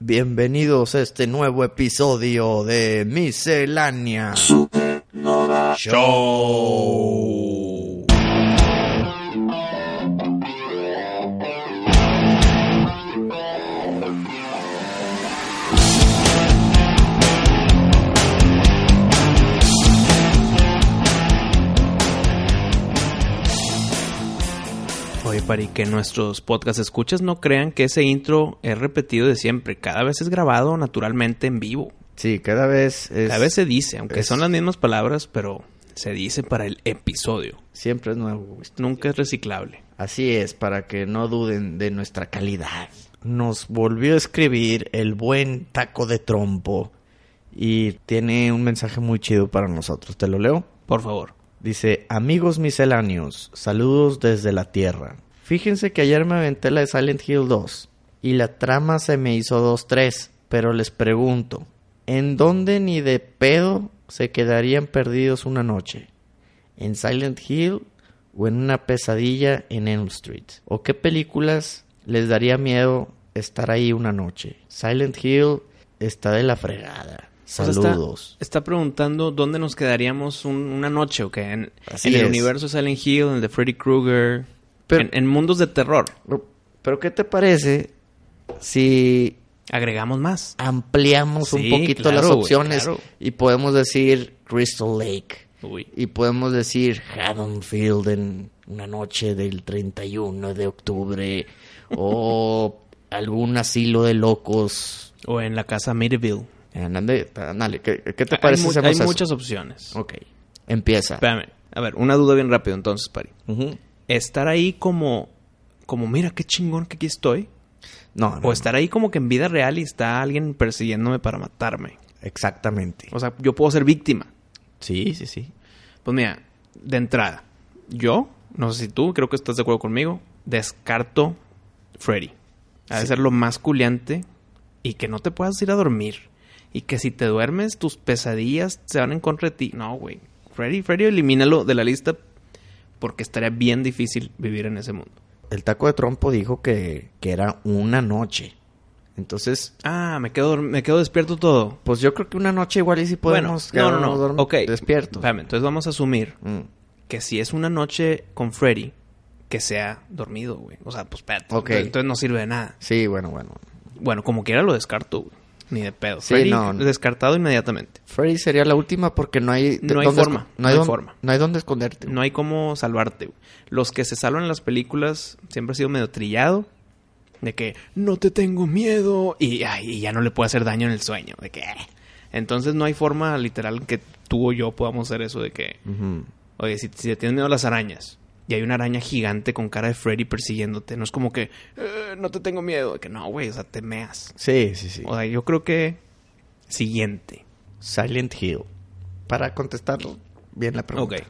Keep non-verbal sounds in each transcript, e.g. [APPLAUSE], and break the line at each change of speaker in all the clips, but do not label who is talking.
Bienvenidos a este nuevo episodio de Miscelánea Supernova Show.
Oye, Pari, que nuestros podcast escuchas no crean que ese intro es repetido de siempre. Cada vez es grabado naturalmente en vivo.
Sí, cada vez es...
Cada vez se dice, aunque
es-
son las mismas palabras, pero se dice para el episodio.
Siempre es nuevo. güey.
Nunca es reciclable.
Así es, para que no duden de nuestra calidad. Nos volvió a escribir el buen taco de trompo y tiene un mensaje muy chido para nosotros. ¿Te lo leo?
Por favor.
Dice, amigos misceláneos, saludos desde la Tierra. Fíjense que ayer me aventé la de Silent Hill 2 y la trama se me hizo 2-3, pero les pregunto, ¿en dónde ni de pedo se quedarían perdidos una noche? ¿En Silent Hill o en una pesadilla en Elm Street? ¿O qué películas les daría miedo estar ahí una noche? Silent Hill está de la fregada.
O sea, Pues está-
Saludos.
está, preguntando dónde nos quedaríamos un- una noche, ¿ok? En,
Así
en el
es.
universo Silent Hill, en el de Freddy Krueger,
Pero-
en, en mundos de terror.
Pero ¿qué te parece si
Agregamos más.
ampliamos un
Sí,
poquito
claro,
las
güey,
opciones
claro.
y podemos decir Crystal Lake
Uy.
y podemos decir Haddonfield en una noche del 31 de
[LAUGHS]
octubre o algún asilo de locos.
O en la casa Midville.
Ándale, ándale, ¿qué, qué te
Hay
parece?
mu-
si
hay
hacemos eso?
muchas opciones.
Ok, empieza.
Espérame. A ver, una duda bien rápido entonces, Pari.
Ujú.
estar ahí como, como mira qué chingón que aquí estoy,
No, no,
o estar ahí como que en vida real y está alguien persiguiéndome para matarme.
exactamente.
O sea, yo puedo ser víctima.
Sí, sí, sí.
Pues mira, de entrada, yo, no sé si tú, creo que estás de acuerdo conmigo, descarto Freddy. Ha de
Sí.
ser lo más culiante y que no te puedas ir a dormir. Y que si te duermes, tus pesadillas se van en contra de ti. No, güey. Freddy, Freddy, elimínalo de la lista porque estaría bien difícil vivir en ese mundo.
El taco de trompo dijo que, que era una noche. Entonces,
Ah, me quedo, dorm- me quedo despierto todo.
pues yo creo que una noche igual y si podemos
bueno, no, no,
quedarnos
no.
dorm-
ok.
despiertos.
Espérame, entonces vamos a asumir
Mm,
que si es una noche con Freddy, que sea dormido, güey. O sea, pues espérate.
Ok.
Entonces, entonces no sirve de nada.
Sí, bueno, bueno.
Bueno, como quiera lo descarto, güey. Ni de pedo.
Sí,
Freddy,
no, no.
descartado inmediatamente.
Freddy sería la última porque no hay...
No hay
dónde
forma,
esco-
no hay
dónde-
forma.
No hay dónde esconderte.
No hay cómo salvarte, güey. Los que se salvan en las películas siempre ha sido medio trillado. De que, no te tengo miedo. Y, ay, y ya no le puede hacer daño en el sueño. De que... "Eh". Entonces no hay forma literal que tú o yo podamos hacer eso de que...
Ujú.
Oye, si, si te tienes miedo a las arañas y hay una araña gigante con cara de Freddy persiguiéndote, no es como que "Eh, no te tengo miedo, que no, güey, o sea, te meas.
Sí, sí, sí.
O sea, yo creo que siguiente.
Silent Hill. Para contestarlo bien la pregunta.
Ok.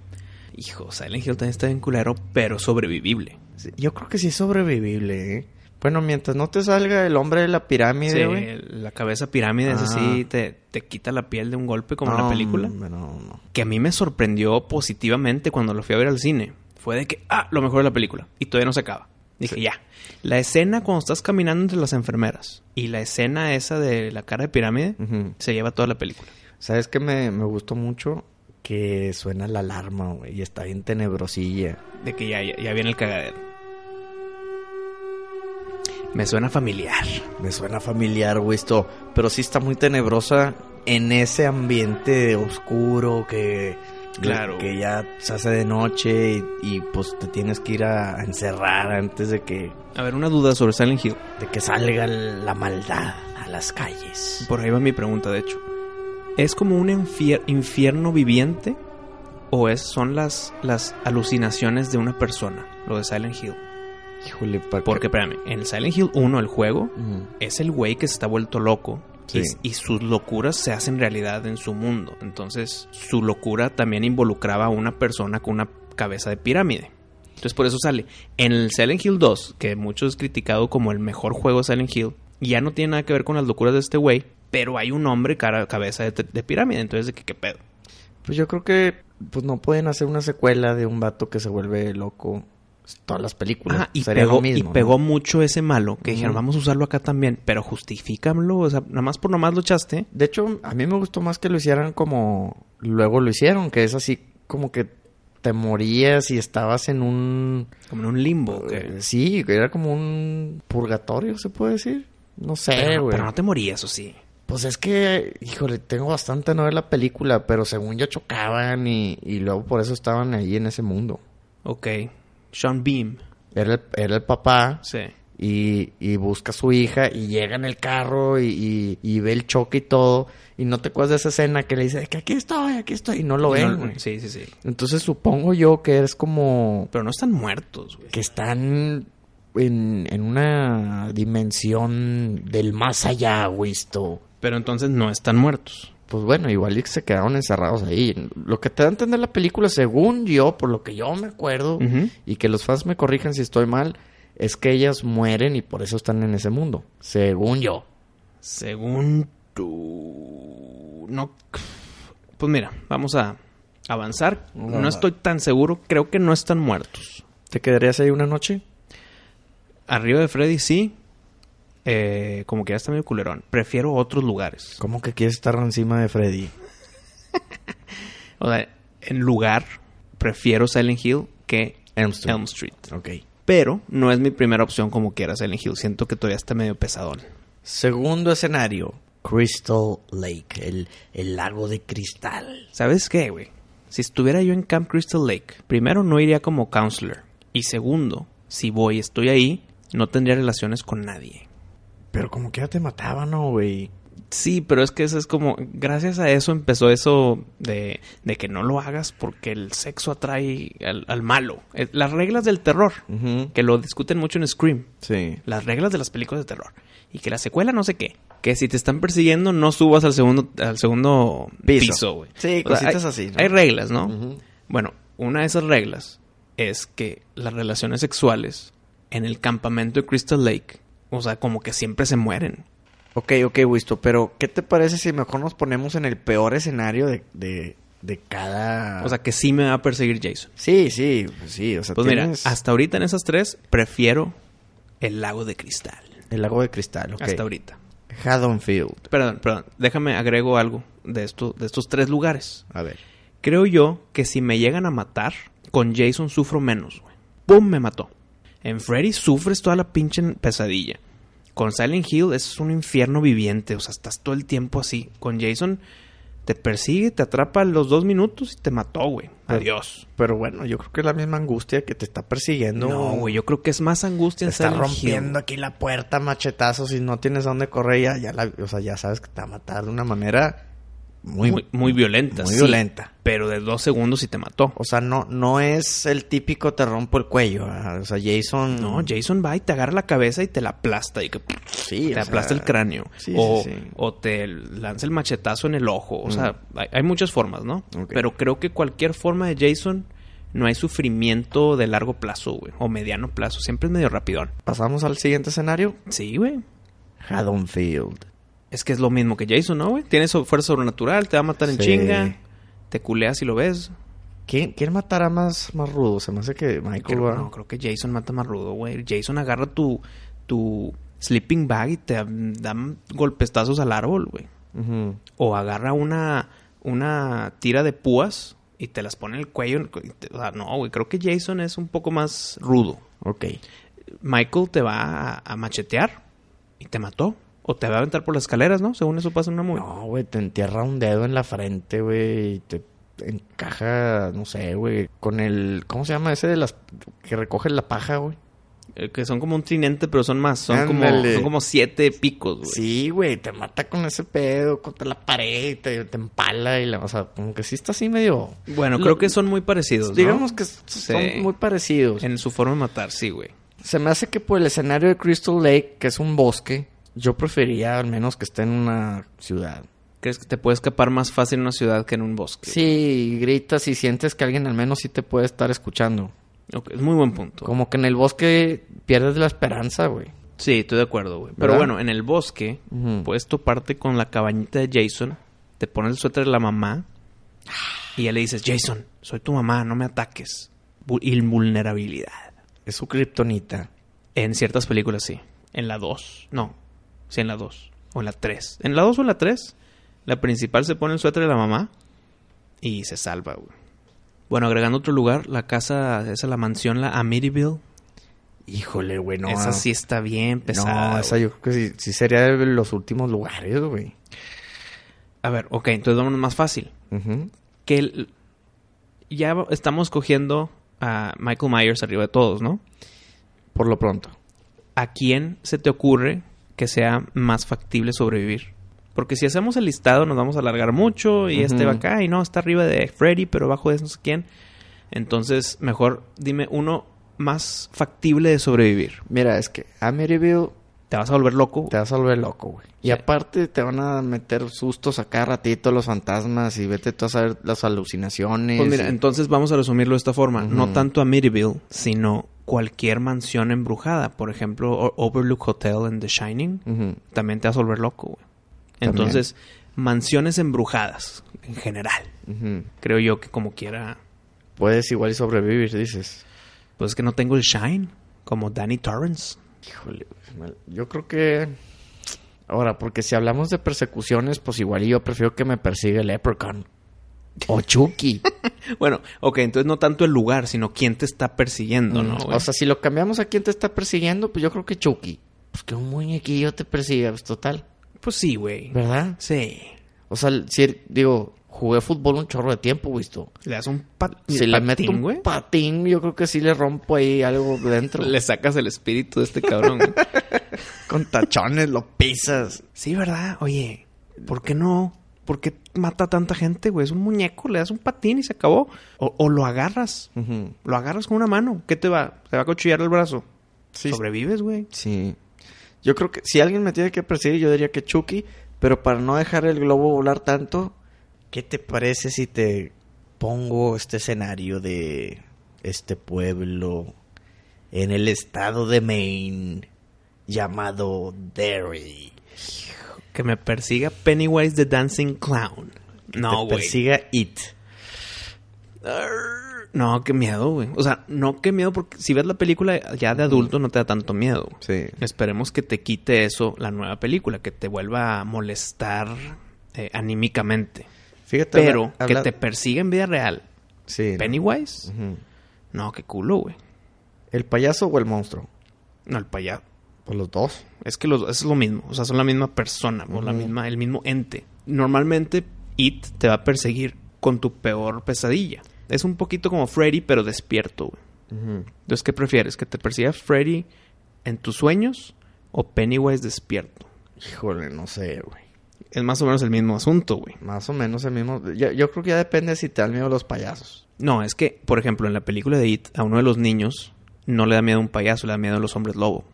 Hijo, Silent Hill también está bien culero, pero sobrevivible.
Sí, Yo creo que sí es sobrevivible, ¿eh? Bueno, mientras no te salga el hombre de la pirámide,
Sí,
güey.
la cabeza pirámide, ese
Ah.
sí te, te quita la piel de un golpe como en
No,
la película.
hombre, No, no.
Que a mí me sorprendió positivamente cuando lo fui a ver al cine. Fue de que, ah, lo mejor de la película. Y todavía no se acaba. Dije,
Sí.
ya. La escena cuando estás caminando entre las enfermeras y la escena esa de la cara de pirámide
Ujú.
se lleva toda la película.
¿Sabes qué me, me gustó mucho? Que suena la alarma, güey, y está bien tenebrosilla.
De que ya, ya, ya viene el cagadero. Me suena familiar.
Me suena familiar, güey, esto. Pero sí está muy tenebrosa en ese ambiente oscuro que...
Claro.
Que ya se hace de noche y, y, pues te tienes que ir a, a encerrar antes de que,
A ver, una duda sobre Silent Hill.
de que salga la maldad a las calles.
Por ahí va mi pregunta, de hecho. ¿Es como un infier- infierno viviente o es, son las, las alucinaciones de una persona, lo de Silent Hill?
Híjole, ¿para
Porque, espérame, en el Silent Hill 1, el juego,
Mm,
es el güey que se está vuelto loco.
Sí.
Y, y sus locuras se hacen realidad en su mundo. Entonces, su locura también involucraba a una persona con una cabeza de pirámide. Entonces, por eso sale. En el Silent Hill 2, que muchos es criticado como el mejor juego de Silent Hill, ya no tiene nada que ver con las locuras de este güey, pero hay un hombre cara, cabeza de, de pirámide. Entonces, ¿de qué, qué pedo?
Pues yo creo que pues no pueden hacer una secuela de un vato que se vuelve loco Todas las películas.
Ajá, y,
Sería
pegó,
lo mismo,
y
¿no?
pegó mucho ese malo que dijeron,
Ujú.
vamos a usarlo acá también, pero justifícamelo, o sea, nada más por nomás lo echaste.
De hecho, a mí me gustó más que lo hicieran como luego lo hicieron, que es así como que te morías y estabas en un...
Como en un limbo. que-
Eh, Sí, que era como un purgatorio, se puede decir. No sé,
pero,
güey.
pero no te morías, o sí.
Pues es que, híjole, tengo bastante no ver la película, pero según yo chocaban y, y luego por eso estaban ahí en ese mundo.
Ok. Sean Beam.
Era el, era el papá
Sí.
y, y busca a su hija y llega en el carro y, y- y ve el choque y todo. Y no te acuerdas de esa escena que le dice, "Es que aquí estoy, aquí estoy, y no lo ven,
No,
güey.
sí, sí, sí.
Entonces supongo yo que es como
Pero no están muertos, güey.
que están en, en una dimensión del más allá, güey, esto.
Pero entonces no están muertos.
Pues bueno, igual y que se quedaron encerrados ahí. Lo que te da a entender la película, según yo, por lo que yo me acuerdo,
Ujú.
y que los fans me corrijan si estoy mal, es que ellas mueren y por eso están en ese mundo. Según yo.
Según tú... No... Pues mira, vamos a avanzar. No estoy tan seguro. Creo que no están muertos.
¿Te quedarías ahí una noche?
Arriba de Freddy sí. Eh, como que ya está medio culerón. Prefiero otros lugares.
¿Cómo que quieres estar encima de Freddy?
O sea, en lugar, prefiero Silent Hill que
Elm Street.
Elm Street.
Ok.
Pero no es mi primera opción como quiera Silent Hill. Siento que todavía está medio pesadón.
Segundo escenario. Crystal Lake, el, el lago de cristal.
¿Sabes qué, güey? Si estuviera yo en Camp Crystal Lake, primero no iría como counselor. Y segundo, si voy, estoy ahí, no tendría relaciones con nadie.
Pero como que ya te mataban, ¿no, güey?
Sí, pero es que eso es como, gracias a eso empezó eso de, de que no lo hagas porque el sexo atrae al, al malo. Eh, Las reglas del terror, que lo discuten mucho en Scream.
Sí.
las reglas de las películas de terror y que la secuela no sé qué. Que si te están persiguiendo no subas al segundo al segundo
Piso.
piso, güey.
Sí, cositas
hay,
así, ¿no?
Hay reglas, ¿no?
Ujú.
Bueno, una de esas reglas es que las relaciones sexuales en el campamento de Crystal Lake, o sea, como que siempre se mueren.
Ok, ok, Wisto, pero ¿qué te parece si mejor nos ponemos en el peor escenario de, de, de cada...
O sea, que sí me va a perseguir Jason.
sí, sí, pues sí, o sea,
Pues
tienes
mira, hasta ahorita en esas tres prefiero el lago de cristal.
el lago de cristal, ok.
Hasta ahorita.
Haddonfield,
Perdón, perdón, déjame agrego algo de esto de estos tres lugares.
a ver.
Creo yo que si me llegan a matar, con Jason sufro menos, güey. ¡Pum! Me mató. En Freddy sufres toda la pinche pesadilla. Con Silent Hill es un infierno viviente, o sea, estás todo el tiempo así. Con Jason te persigue, te atrapa a los dos minutos y te mató, güey.
Pero-
Adiós.
Pero bueno, yo creo que es la misma angustia que te está persiguiendo.
No, güey, yo creo que es más
Te
angustia en
está
Silent
rompiendo
Hill.
aquí la puerta machetazos y no tienes a dónde correr, ya, ya la- o sea, ya sabes que te va a matar de una manera muy...
Muy, muy, violenta.
muy
sí,
violenta.
Pero de dos segundos y te mató.
O sea, no, no es el típico te rompo el cuello, ajá, o sea, mm. Jason...
No, Jason va y te agarra la cabeza y te la aplasta y que
sí,
te
o
aplasta
sea,
el cráneo.
sí,
o,
sí, sí.
o te lanza el machetazo en el ojo. O sea, hay, hay muchas formas, ¿no?
Ok.
Pero creo que cualquier forma de Jason no hay sufrimiento de largo plazo, güey. O mediano plazo. Siempre es medio rapidón.
Pasamos al siguiente escenario.
Sí, güey.
Haddonfield.
Es que es lo mismo que Jason, ¿no, güey? Tiene so- fuerza sobrenatural, te va a matar en
Sí.
chinga. Te culeas y lo ves.
¿Quién, quién matará más, más rudo? Se me hace que Michael
Creo-
va.
no, creo que Jason mata más rudo, güey. Jason agarra tu, tu sleeping bag y te da golpestazos al árbol, güey.
Ujú.
O agarra una, una tira de púas y te las pone en el cuello. y te- O sea, no, güey. Creo que Jason es un poco más rudo.
Ok.
Michael te va a, a machetear y te mató. O te va a aventar por las escaleras, ¿no? Según eso pasa en una movie.
No, güey, te entierra un dedo en la frente, güey. y Te encaja, no sé, güey. Con el. ¿Cómo se llama ese de las. que recoge la paja, güey?
Eh, que son como un trinente, pero son más. Son, como,
Ándale.
son como siete picos, güey.
Sí, güey, te mata con ese pedo, contra la pared, te, te empala y la. O sea, como que sí está así medio.
Bueno,
Lo-
creo que son muy parecidos, ¿no?
Digamos que s- son
Sí.
muy parecidos.
En su forma de matar, sí, güey.
Se me hace que por el escenario de Crystal Lake, que es un bosque, yo preferiría al menos que esté en una ciudad.
¿Crees que te puede escapar más fácil en una ciudad que en un bosque?
Sí, gritas y sientes que alguien al menos sí te puede estar escuchando.
Ok, es muy buen punto.
Como que en el bosque pierdes la esperanza, güey.
Sí, estoy de acuerdo, güey. Pero
¿Verdad?
bueno, en el bosque,
Ujú.
puedes toparte con la cabañita de Jason, te pones el suéter de la mamá y ya le dices, Jason, soy tu mamá, no me ataques. Bu- Invulnerabilidad.
Es su kriptonita.
En ciertas películas sí. En la 2. No. Sí, en la 2. O en la 3. En la 2 o en la 3. La principal se pone el suéter de la mamá. Y se salva, güey. Bueno, agregando otro lugar, la casa, esa la mansión, la Amityville.
Híjole, güey, no.
esa sí está bien pesada.
No, esa
güey.
yo creo que sí, sí sería de los últimos lugares, güey.
A ver, ok, entonces vámonos más fácil.
Ujú.
Que el- ya estamos cogiendo a Michael Myers arriba de todos, ¿no?
Por lo pronto.
¿a quién se te ocurre que sea más factible sobrevivir? Porque si hacemos el listado nos vamos a alargar mucho y este
Ujú.
va acá y no, está arriba de Freddy, pero abajo de no sé quién. Entonces, mejor dime uno más factible de sobrevivir.
Mira, es que Amityville
Te vas a volver loco.
te vas a volver loco, güey. Y
Sí.
aparte te van a meter sustos a cada ratito los fantasmas y vete tú a saber las alucinaciones.
Pues mira,
y-
entonces vamos a resumirlo de esta forma. No
Ujú.
tanto a Middleville, sino cualquier mansión embrujada. Por ejemplo, O- Overlook Hotel en The Shining.
Ujú.
También te vas a volver loco, güey.
También.
Entonces, mansiones embrujadas en general.
Ujú.
creo yo que como quiera,
Puedes igual y sobrevivir, dices.
pues es que no tengo el shine como Danny Torrance.
Híjole, güey, mal- yo creo que... Ahora, porque si hablamos de persecuciones, pues igual y yo prefiero que me persigue Leprechaun. O [LAUGHS] Chucky.
Bueno, ok, entonces no tanto el lugar, sino quién te está persiguiendo, ¿no? güey?
Mm. o sea, si lo cambiamos a quién te está persiguiendo, pues yo creo que Chucky. Pues que un muñequillo te persiga, pues total.
pues sí, güey.
¿Verdad?
Sí.
O sea, si, digo, jugué fútbol un chorro de tiempo, visto.
Le das un pat
Si le meto
patín,
un
güey.
patín, yo creo que sí le rompo ahí algo dentro. [LAUGHS]
Le sacas el espíritu de este cabrón. güey.
Con tachones lo pisas.
[LAUGHS] sí, ¿verdad? Oye, ¿por qué no? ¿Por qué mata a tanta gente, güey? Es un muñeco, le das un patín y se acabó. O, o lo agarras. Lo agarras con una mano. ¿Qué te va? Te va a cochillar el brazo.
Sí.
Sobrevives, güey.
Sí. Yo creo que si alguien me tiene que perseguir, yo diría que Chucky. Pero para no dejar el globo volar tanto, ¿qué te parece si te pongo este escenario de este pueblo en el estado de Maine llamado Derry?
Que me persiga Pennywise the Dancing Clown. No,
Te
güey.
persiga It.
Arr. No, qué miedo, güey. O sea, no, qué miedo, porque si ves la película ya de adulto no te da tanto miedo.
Sí.
Esperemos que te quite eso la nueva película, que te vuelva a molestar eh, anímicamente.
Fíjate,
Pero
habla- habla-
que te persiga en vida real
Sí, no.
Pennywise,
Ujú.
no, qué culo, güey.
¿El payaso o el monstruo?
No, el payaso.
Pues los dos.
Es que los, es lo mismo, o sea, son la misma persona, o la
Ujú.
misma, el mismo ente. Normalmente, It te va a perseguir con tu peor pesadilla. Es un poquito como Freddy, pero despierto, güey. Entonces, ¿qué prefieres? ¿Que te persiga Freddy en tus sueños o Pennywise despierto?
Híjole, no sé, güey.
Es más o menos el mismo asunto, güey.
Más o menos el mismo. Yo, yo creo que ya depende si te dan miedo los payasos.
No, es que, por ejemplo, en la película de It, a uno de los niños no le da miedo a un payaso, le da miedo a los hombres lobo.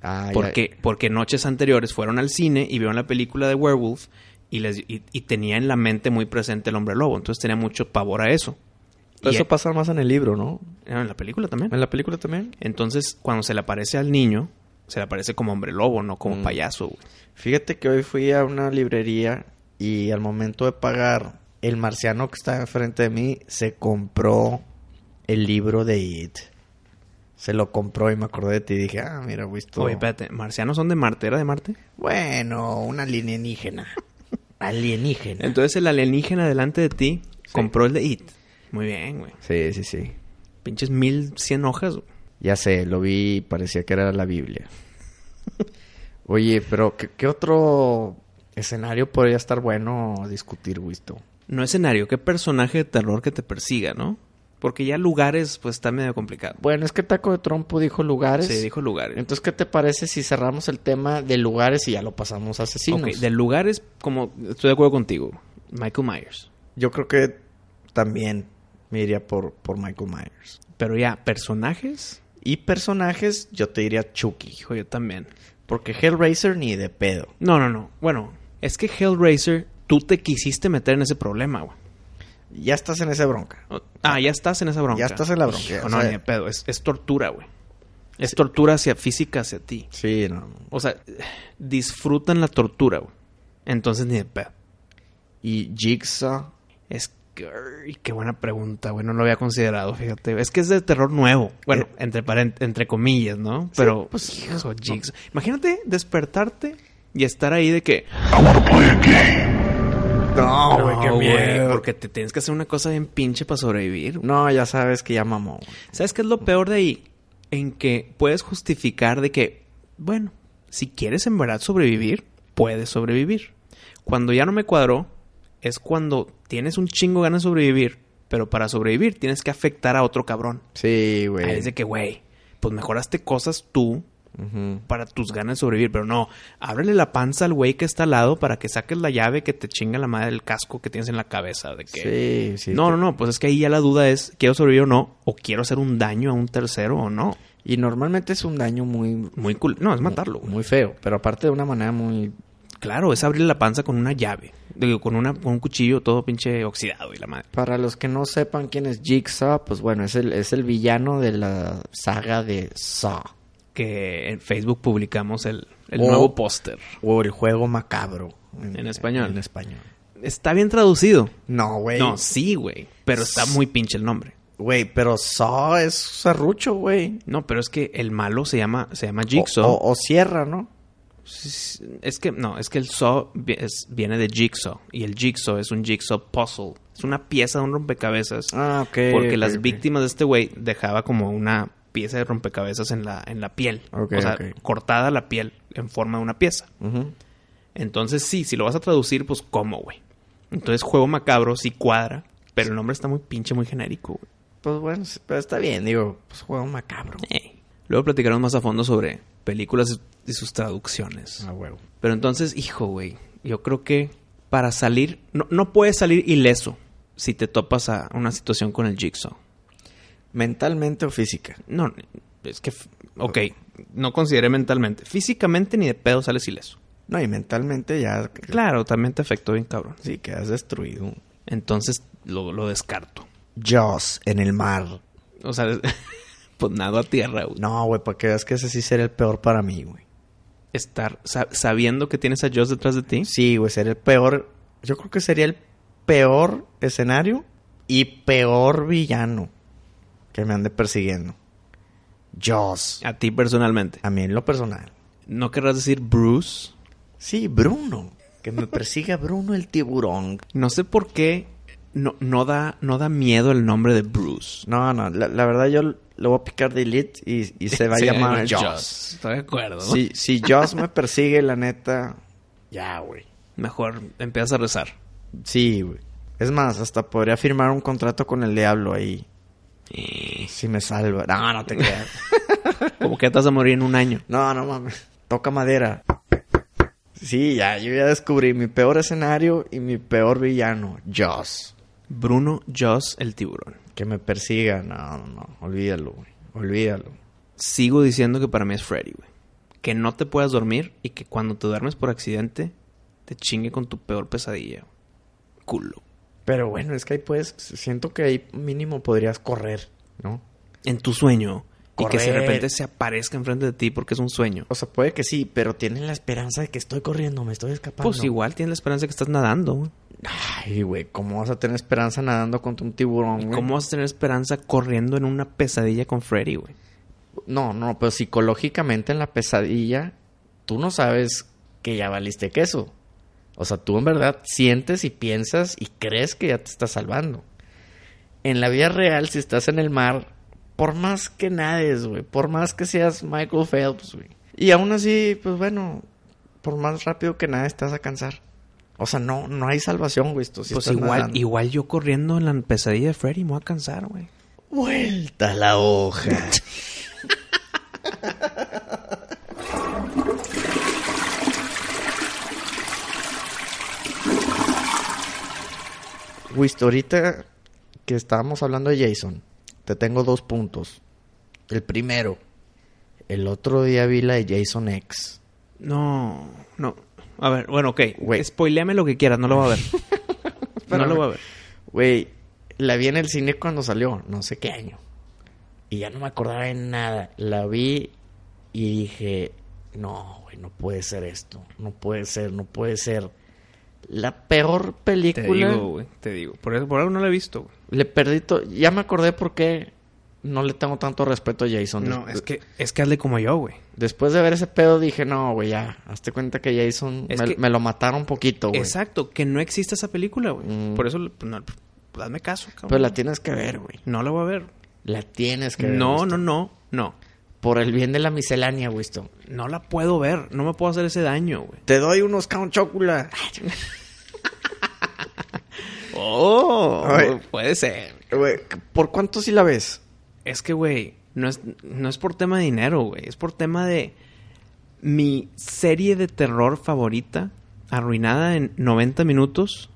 Ah, ya-
Porque, porque noches anteriores fueron al cine y vieron la película de Werewolf y, les, y, y tenía en la mente muy presente el hombre lobo. Entonces tenía mucho pavor a eso.
Pero
Y-
eso pasa más en el libro, ¿no?
Ah, en la película también.
¿En la película también?
Entonces, cuando se le aparece al niño, se le aparece como hombre lobo, no como
Mm.
payaso. güey.
Fíjate que hoy fui a una librería y al momento de pagar, el marciano que está enfrente de mí se compró el libro de It. Se lo compró y me acordé de ti y dije, ah, mira, güey, esto-
Oye, espérate, ¿marcianos son de Marte? ¿Era de Marte?
Bueno, un
[LAUGHS]
alienígena. alienígena.
Entonces el alienígena delante de ti
Sí.
compró el de It. Muy bien, güey.
Sí, sí, sí.
Pinches 1100 hojas. güey.
Ya sé, lo vi y parecía que era la Biblia. [LAUGHS] Oye, pero ¿qué, qué otro escenario podría estar bueno discutir, Wisto?
No escenario, qué personaje de terror que te persiga, ¿no? Porque ya lugares, pues está medio complicado.
Bueno, es que Taco de Trompo dijo lugares.
Se dijo lugares.
Entonces, ¿qué te parece si cerramos el tema de lugares y ya lo pasamos a asesinos?
Ok, de lugares, como estoy de acuerdo contigo, Michael Myers.
Yo creo que también me iría por, por Michael Myers.
Pero ya, personajes,
Y personajes, yo te diría Chucky.
hijo, yo también.
Porque Hellraiser ni de pedo.
No, no, no. Bueno, es que Hellraiser, tú te quisiste meter en ese problema, güey.
Ya estás en esa bronca.
O- Ah, ya estás en esa bronca.
Oh, Ya estás en la bronca,
Hijo,
o
no,
sea-
ni de pedo. Es, es tortura, güey. Es tortura hacia física hacia ti.
Sí, no.
O sea, disfrutan la tortura, güey. Entonces ni de pedo.
Y Jigsaw.
Es Ay, qué buena pregunta, güey. No lo había considerado, fíjate. Es que es de terror nuevo. Bueno, entre, paren- entre comillas, ¿no? Pero,
pues,
hijo, Jigsaw. Imagínate despertarte y estar ahí de que.
No, güey, qué
güey,
miedo.
Porque te tienes que hacer una cosa bien pinche para sobrevivir.
No, ya sabes que ya mamó. güey.
¿Sabes qué es lo peor de ahí? En que puedes justificar de que, bueno, si quieres en verdad sobrevivir, puedes sobrevivir. Cuando ya no me cuadró, es cuando tienes un chingo ganas de sobrevivir, pero para sobrevivir tienes que afectar a otro cabrón.
Sí, güey.
Ahí es de que, güey, pues mejoraste cosas tú
Ujú.
para tus ganas de sobrevivir, pero no, ábrele la panza al güey que está al lado para que saques la llave que te chinga la madre del casco que tienes en la cabeza. De que,
Sí, sí.
no,
te-
no, no, pues es que ahí ya la duda es, ¿quiero sobrevivir o no? ¿O quiero hacer un daño a un tercero o no?
Y normalmente es un daño muy...
Muy cool. No, es matarlo. güey.
Muy feo, pero aparte de una manera muy...
Claro, es abrirle la panza con una llave. Digo, con, una, con un cuchillo todo pinche oxidado y la madre.
Para los que no sepan quién es Jigsaw, pues bueno, es el, es el villano de la saga de Saw.
Que en Facebook publicamos el, el
Oh.
nuevo póster.
O el juego macabro.
En español.
En español.
Está bien traducido.
No, güey.
No, sí, güey. Pero está muy pinche el nombre.
Güey, pero Saw es serrucho, güey.
No, pero es que el malo se llama, se llama
O,
Jigsaw.
o- o Sierra, ¿no?
Es que, no, es que el Saw vi- es- viene de Jigsaw. Y el Jigsaw es un Jigsaw puzzle. Es una pieza de un rompecabezas.
Ah, ok.
Porque
ok,
las
ok.
víctimas de este güey dejaba como una pieza de rompecabezas en la, en la piel.
Ok,
o sea,
ok.
cortada la piel en forma de una pieza.
Ujú.
Entonces, sí, si lo vas a traducir, pues cómo, güey. Entonces, juego macabro sí cuadra, pero el nombre está muy pinche, muy genérico, güey.
Pues bueno, sí, pero está bien, digo, pues juego macabro.
Eh. Luego platicaremos más a fondo sobre películas y sus traducciones.
Ah, huevo.
Pero entonces, hijo, güey, yo creo que para salir, no, no puedes salir ileso si te topas a una situación con el Jigsaw.
Mentalmente o física.
No, es que, f- ok, no consideré mentalmente. Físicamente ni de pedo sales ileso.
No, y mentalmente ya.
Claro, también te afectó bien, cabrón.
Sí, quedas destruido.
Entonces lo, lo descarto.
Jaws en el mar.
O sea, [LAUGHS] pues nada a tierra, güey.
No, güey, porque es que ese sí sería el peor para mí, güey.
Estar sa- sabiendo que tienes a Joss detrás de ti.
Sí, güey, sería el peor. Yo creo que sería el peor escenario y peor villano que me ande persiguiendo. Jaws.
A ti personalmente.
A mí en lo personal.
¿No querrás decir Bruce?
Sí, Bruno. Que me persiga Bruno el tiburón.
No sé por qué no, no, da, no da miedo el nombre de Bruce.
No, no, la, la verdad yo lo voy a picar delete y, y se
[LAUGHS]
va a llamar
Joss.
Jaws.
Estoy de acuerdo.
Si, si Jaws me persigue, la neta, ya, güey.
Mejor empiezas a rezar.
Sí, güey. Es más, hasta podría firmar un contrato con el diablo ahí. Si me salva. No, no te creas.
Como que te vas a morir en un año.
No, no mames. Toca madera. Sí, ya, yo ya descubrí mi peor escenario y mi peor villano, Jaws.
Bruno Joss el tiburón.
Que me persiga. No, no, no. Olvídalo, güey. Olvídalo.
Sigo diciendo que para mí es Freddy, güey. Que no te puedas dormir y que cuando te duermes por accidente te chingue con tu peor pesadilla. Culo.
Pero bueno, es que ahí puedes. Siento que ahí mínimo podrías correr, ¿no?
En tu sueño. Y que de
Correr.
repente se aparezca enfrente de ti porque es un sueño.
O sea, puede que sí, pero tienes la esperanza de que estoy corriendo, me estoy escapando.
Pues igual tienes la esperanza de que estás nadando. güey.
Ay, güey, ¿cómo vas a tener esperanza nadando contra un tiburón, güey?
¿Cómo vas a tener esperanza corriendo en una pesadilla con Freddy, güey?
No, no, pero psicológicamente en la pesadilla, tú no sabes que ya valiste queso. O sea, tú en verdad sientes y piensas y crees que ya te estás salvando. En la vida real, si estás en el mar, por más que nades, güey, por más que seas Michael Phelps, güey. Y aún así, pues bueno, por más rápido que nades, te vas a cansar. O sea, no, no hay salvación, güey. esto, si
pues
estás
igual,
nadando.
igual yo corriendo en la pesadilla de Freddy me voy a cansar, güey.
Vuelta la hoja. Wisto, ahorita que estábamos hablando de Jason, te tengo dos puntos. El primero, el otro día vi la de Jason X.
No, no. A ver, bueno, ok.
Güey.
Spoileame lo que quieras, no lo va a
[LAUGHS]
ver. no
Espérame.
lo va a ver.
Güey, la vi en el cine cuando salió, no sé qué año. Y ya no me acordaba de nada. La vi y dije, no, güey, no puede ser esto. No puede ser, no puede ser. La peor
Te
película.
digo, güey, te digo. Por eso, por algo no la he visto, güey.
Le perdí to- Ya me acordé por qué no le tengo tanto respeto a Jason.
No,
Des-
es que, es que hazle como yo, güey.
Después de ver ese pedo dije, no, güey, ya. Hazte cuenta que Jason
Es
me,
que-
me lo mataron un poquito, Oh, güey.
Exacto, que no existe esa película, güey.
Mm.
Por eso, pues, no, pues, hazme caso, cabrón.
Pero la tienes que ver, güey.
No la voy a ver.
La tienes que ver.
No,
Winston.
no, no, no.
Por el bien de la miscelánea, Winston.
No la puedo ver. No me puedo hacer ese daño, güey.
Te doy unos count chocolate.
Oh,
Ay.
puede ser.
Güey, ¿Por cuánto si la ves?
Es que, güey, no es, no es por tema de dinero, güey. Es por tema de mi serie de terror favorita, arruinada en 90 minutos.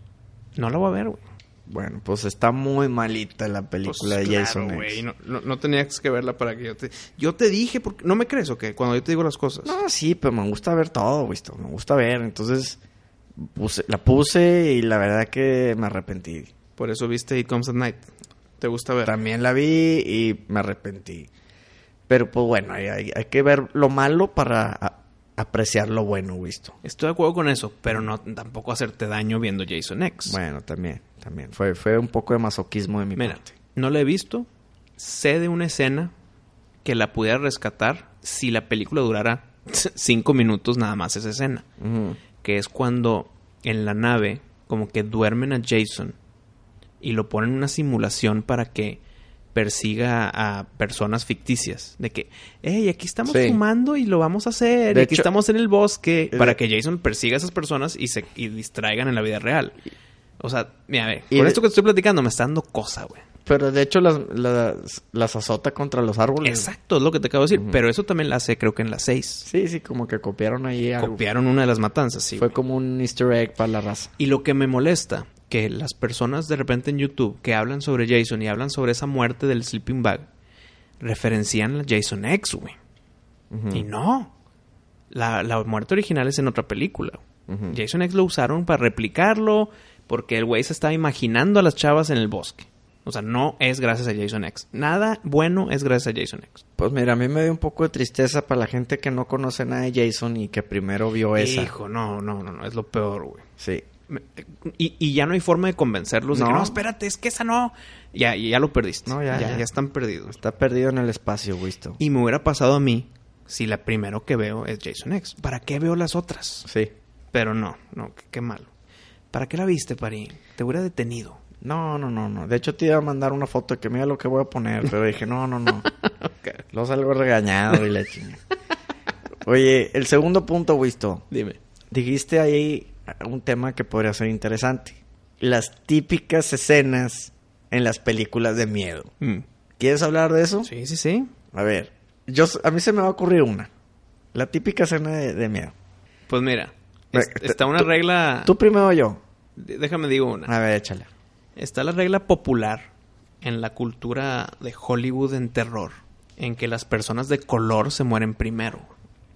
No la voy a ver, güey.
Bueno, pues está muy malita la película de Jason X.
Pues No, no- no tenías que verla para que yo te... Yo te dije, porque ¿no me crees o qué? Cuando yo te digo las cosas.
No, sí, pero me gusta ver todo, Wisto. Me gusta ver. Entonces, puse- la puse y la verdad que me arrepentí.
Por eso viste It Comes at Night. ¿Te gusta ver?
También la vi y me arrepentí. Pero pues bueno, hay, hay- hay que ver lo malo para a- apreciar lo bueno, Wisto.
Estoy de acuerdo con eso, pero no tampoco hacerte daño viendo Jason X.
Bueno, también, también. Fue, fue un poco de masoquismo de mi
Mira,
parte.
no la he visto. Sé de una escena que la pudiera rescatar si la película durara [LAUGHS] cinco minutos nada más esa escena.
Ujú.
Que es cuando en la nave como que duermen a Jason y lo ponen en una simulación para que persiga a personas ficticias. De que, hey, aquí estamos
Sí.
fumando y lo vamos a hacer.
De
y aquí
hecho-
estamos en el bosque.
Eh,
Para
de-
que Jason persiga a esas personas y se y distraigan en la vida real. O sea, mira, a ver,
Y
con
de-
esto que te estoy platicando me está dando cosa, güey.
Pero de hecho las, las, las azota contra los árboles.
Exacto, es lo que te acabo de decir.
Mm. Ujú.
Pero eso también la hace, creo que en las 6.
Sí, sí, como que copiaron ahí algo.
Copiaron una de las matanzas, sí.
Fue
güey.
como un easter egg para la raza.
Y lo que me molesta, que las personas de repente en YouTube que hablan sobre Jason y hablan sobre esa muerte del sleeping bag, referencian a Jason X, güey.
Mm.
Y no. La, la muerte original es en otra película.
Ujú.
Jason X lo usaron para replicarlo porque el güey se estaba imaginando a las chavas en el bosque. O sea, no es gracias a Jason X. Nada bueno es gracias a Jason X.
Pues mira, a mí me dio un poco de tristeza para la gente que no conoce nada de Jason y que primero vio esa.
Hijo, no, no, no, no, es lo peor, güey.
Sí.
Me- Y, y ya no hay forma de convencerlos de que
No.
no, espérate, es que esa no. Ya, ya lo perdiste.
No,
ya,
ya,
ya,
ya.
están perdidos.
Está perdido en el espacio, Wisto.
Y me hubiera pasado a mí si la primero que veo es Jason X. ¿Para qué veo las otras?
Sí.
Pero no, no, qué, qué malo. ¿Para qué la viste, Pari? Te hubiera detenido.
No, no, no, no. De hecho te iba a mandar una foto de que mira lo que voy a
[LAUGHS]
poner, pero dije, no, no, no. Lo salgo regañado y la chinga. Oye, el segundo punto, Wisto.
Dime.
Dijiste ahí un tema que podría ser interesante. Las típicas escenas en las películas de miedo. ¿Quieres hablar de eso?
Mm. Sí, sí, sí.
A ver, yo, s- a mí se me va a ocurrir una. La típica escena de, de miedo.
Pues mira,
Ve,
es-
te-
está una
tú-
regla.
Tú primero o yo.
d- Déjame digo una.
A ver, échala.
Está la regla popular en la cultura de Hollywood en terror, en que las personas de color se mueren primero.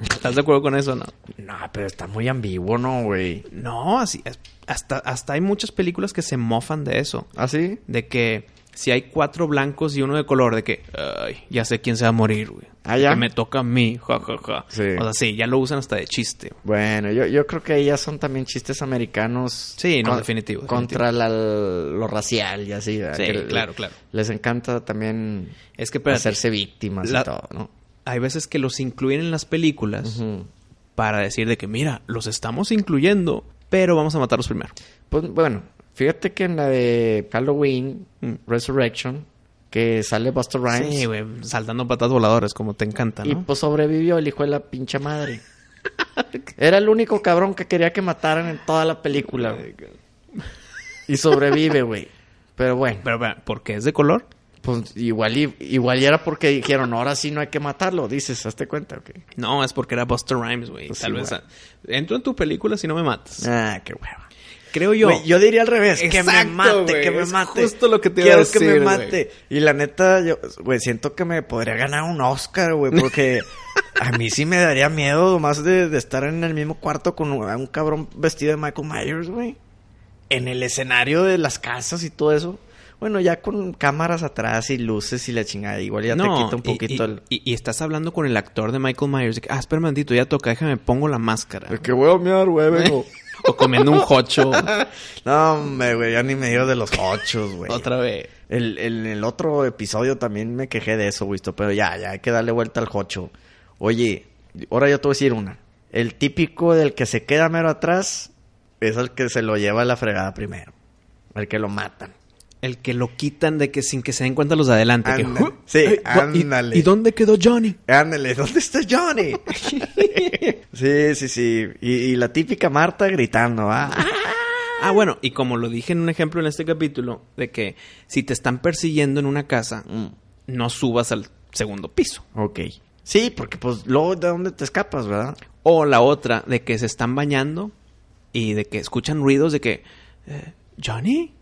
¿Estás de acuerdo con eso o no?
No, pero está muy ambiguo, ¿no, güey?
No, así, es- hasta, hasta hay muchas películas que se mofan de eso.
¿Ah, sí?
De que si hay cuatro blancos y uno de color, de que, ay, ya sé quién se va a morir, güey.
Ah, ya.
Que me toca a mí, ja, ja, ja.
Sí.
O sea, sí, ya lo usan hasta de chiste. güey.
Bueno, yo, yo creo que ellas son también chistes americanos.
Sí, no, definitivo, definitivo.
Contra la- lo racial y así. ¿verdad?
Sí,
Que
claro, claro.
Les encanta también
Es que, espérate,
hacerse víctimas
La-
y todo, ¿no?
hay veces que los incluyen en las películas
Ujú.
para decir de que, mira, los estamos incluyendo, pero vamos a matarlos primero.
Pues bueno, fíjate que en la de Halloween,
Mm.
Resurrection, que sale Buster Rhymes.
Sí, güey, saltando patadas voladoras, como te encanta,
Y
¿no?
pues sobrevivió el hijo de la pinche
[LAUGHS]
madre. Era el único cabrón que quería que mataran en toda la película.
Oh
güey. Y sobrevive, güey. Pero bueno,
Pero, pero, ¿por qué es de color?
pues igual y, igual y era porque dijeron, ahora sí no hay que matarlo. Dices, hazte cuenta, ok.
No, es porque era Buster Rhymes, güey.
Pues
Tal
sí,
vez.
güey.
ah, Entro en tu película si no me matas.
Ah, qué hueva.
Creo
Yo,
yo.
yo diría al revés, que me
Exacto,
mate,
güey,
que me
es
mate.
justo lo que te iba
Quiero
a decir,
que me
güey.
mate. Y la neta, yo, güey, siento que me podría ganar un Oscar, güey, porque a mí sí me daría miedo más de, de estar en el mismo cuarto con un, un cabrón vestido de Michael Myers, güey. En el escenario de las casas y todo eso. Bueno, ya con cámaras atrás y luces y la chingada, igual ya te quita un
y- y-
poquito el.
y, y estás hablando con el actor de Michael Myers. de que, ah, espera, un momentito, ya toca, déjame, pongo la máscara.
[LAUGHS] que voy a mear, güey, vengo.
O comiendo un hocho.
No, hombre, güey, ya ni me digo de los ochos, [LAUGHS] güey.
Otra vez.
El, el, el otro episodio también me quejé de eso, güey, pero ya, ya hay que darle vuelta al hocho. Oye, ahora yo te voy a decir una. El típico del que se queda mero atrás es el que se lo lleva a la fregada primero. El que lo matan.
El que lo quitan de que sin que se den cuenta los de adelante. que,
Ándale.
¡Uh!
Sí,
Ay, gua- ¿y-
ándale.
¿Y dónde quedó Johnny?
Ándale, ¿dónde está [LAUGHS] Johnny? sí, sí, sí. Y, y la típica Marta gritando, ¿va?
Ah, bueno, y como lo dije en un ejemplo en este capítulo, de que si te están persiguiendo en una casa,
Mm,
no subas al segundo piso.
ok. Sí, porque pues luego de dónde te escapas, ¿verdad?
O la otra, de que se están bañando y de que escuchan ruidos de que, eh, ¿Johnny?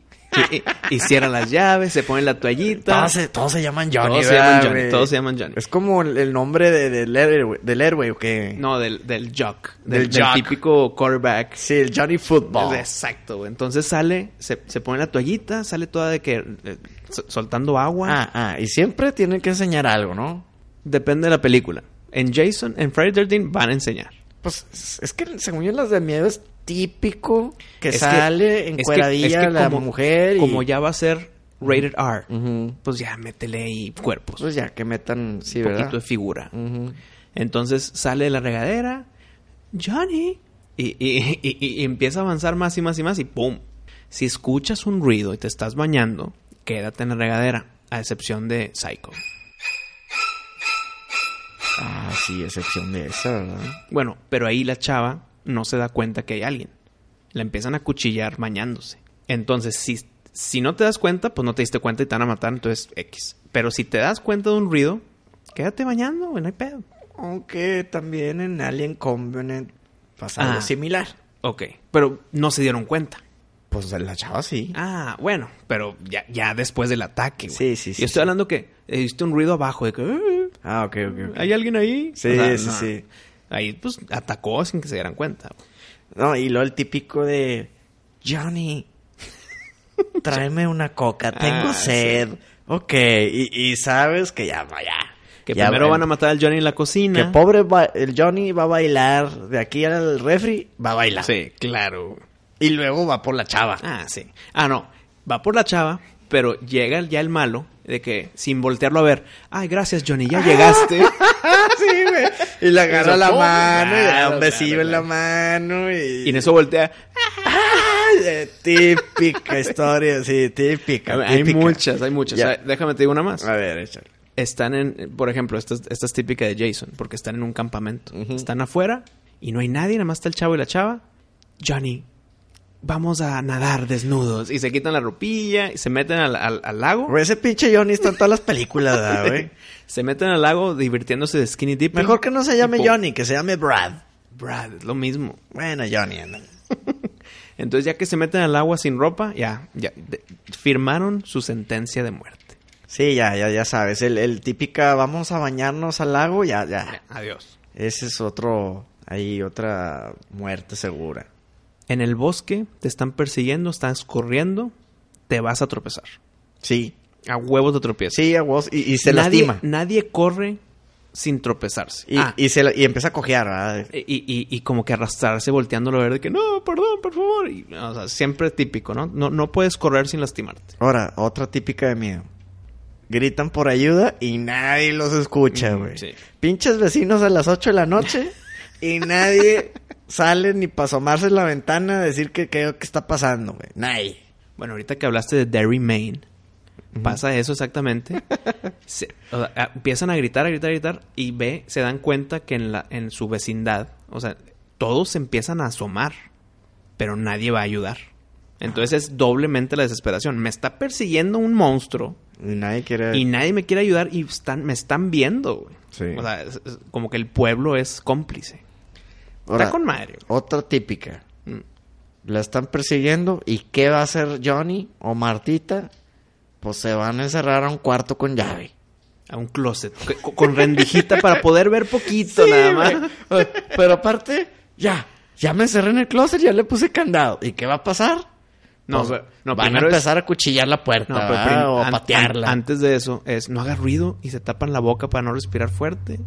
Y, y- y cierran las llaves, se ponen la toallita.
Todos se, todos se llaman Johnny,
Todos se
¿verdad,
llaman Johnny,
güey?
todos se llaman Johnny.
Es como el, el nombre de- del héroe, del héroe, ¿o qué?
No, del, del jock. Del,
Del
del
jock.
típico quarterback.
Sí, el Johnny Football.
Exacto, güey. Entonces sale, se, se pone la toallita, sale toda de que eh, so- soltando agua.
Ah, ah, y siempre tienen que enseñar algo, ¿no?
Depende de la película. En Jason, en Friday 13 van a enseñar.
Pues es- es que según yo las de miedo es típico que
Es que-
sale
es que-
encueradilla
es que
la
como-
mujer y...
Como ya va a ser rated R,
Ujú.
pues ya métele ahí cuerpos.
Pues ya que metan, sí,
un
¿verdad?
poquito de figura.
Ujú.
Entonces sale de la regadera, Johnny, y, y- y- y- y empieza a avanzar más y más y más y ¡pum! Si escuchas un ruido y te estás bañando, quédate en la regadera, a excepción de Psycho.
Ah, sí, excepción de esa, ¿verdad?
Bueno, pero ahí la chava no se da cuenta que hay alguien. La empiezan a cuchillar bañándose. Entonces, si, si no te das cuenta, pues no te diste cuenta y te van a matar, entonces X. Pero si te das cuenta de un ruido, quédate bañando, güey, no hay pedo.
Aunque también en Alien Covenant pasa algo
Ah.
similar.
Ok, pero no se dieron cuenta.
Pues de la chava sí.
Ah, bueno, pero ya, ya después del ataque. güey.
Sí, sí, sí,
Yo
sí.
estoy hablando que eh, viste un ruido abajo de que "Eh,
Ah, ok, ok, ok.
hay alguien ahí.
Sí, sí, sí.
Ahí pues atacó sin que se dieran cuenta. güey.
No, y luego el típico de
[LAUGHS]
Johnny, tráeme una coca, tengo
Ah,
sed. Ok, y, y sabes que ya, ya.
Que
ya
primero
va-
van a matar al Johnny en la
Que
cocina.
pobre va- el Johnny va a bailar de aquí al refri, va a bailar.
Sí, claro.
Y luego va por la chava.
Ah,
[LAUGHS]
sí. Ah, no. Va por la chava, pero llega ya el malo de que sin voltearlo a ver. Ay, gracias Johnny,
[LAUGHS]
ya llegaste.
Ah, sí, güey. Y le agarra
Eso,
la
¿cómo?
mano, y le da
Claro,
un besillo
claro,
en la mano y...
y en eso voltea.
Ay, eh,
[LAUGHS]
típica historia, sí, típica,
Hay
típica.
muchas, hay muchas.
Ya.
O sea, déjame te digo una más.
A ver, échale.
están en, por ejemplo, esta, es- esta es típica de Jason, porque están en un campamento.
Ujú.
Están afuera y no hay nadie, nada más está el chavo y la chava. Johnny, vamos a nadar desnudos. Y se quitan la ropilla y se meten al, al- al lago. [LAUGHS]
Güey, ese pinche Johnny está en todas las películas, ¿verdad, güey.
Se meten al lago divirtiéndose de skinny dipping.
Mejor que no se llame
Y po-
Johnny, que se llame Brad.
Brad, es lo mismo.
Bueno, Johnny, ándale.
Entonces, ya que se meten al agua sin ropa, ya, ya de- firmaron su sentencia de muerte.
Sí, ya, ya, ya sabes. El, el típica vamos a bañarnos al lago, ya, ya.
Ya, adiós.
Ese es otro, ahí otra muerte segura.
En el bosque te están persiguiendo, estás corriendo, te vas a tropezar.
Sí,
A huevos te tropiezas.
sí, a vos. Y, y se
nadie,
lastima.
Nadie corre sin tropezarse.
Y,
Ah, y,
y, se, la- y empieza a cojear, ¿verdad?
y- y como que arrastrarse volteándolo a ver de que no, perdón, por favor. Y, o sea, siempre típico, ¿no? ¿no? No puedes correr sin lastimarte.
Ahora, otra típica de miedo. Gritan por ayuda y nadie los escucha,
Mm,
güey.
sí.
Pinches vecinos a las 8 de la noche y nadie sale ni para asomarse en la ventana a decir que qué qué está pasando, güey. Nadie.
Bueno, ahorita que hablaste de Derry, Maine, pasa
[LAUGHS]
eso exactamente. Se- o sea, a- empiezan a gritar, a gritar, a gritar y ve, se dan cuenta que en, la, en su vecindad, o sea, todos se empiezan a asomar, pero nadie va a ayudar. Entonces es doblemente la desesperación. Me está persiguiendo un monstruo.
Y nadie quiere.
Y nadie me quiere ayudar y están, me están viendo, güey.
Sí.
O sea, es- es como que el pueblo es cómplice.
Ahora,
Está con madre. güey.
Otra típica.
Mm.
La están persiguiendo y ¿qué va a hacer Johnny o Martita? Pues se van a encerrar a un cuarto con llave.
A un closet. co- co- Con rendijita para poder ver poquito
Sí,
nada más.
güey. Pero aparte, ya, ya me encerré en el closet, ya le puse candado. ¿Y qué va a pasar?
No,
Pues,
pero- no,
van a
primero es-
empezar a cuchillar la puerta
No, pero
¿verdad?
prim-
o a
an- an-
patearla.
antes de eso es no haga ruido y se tapan la boca para no respirar fuerte.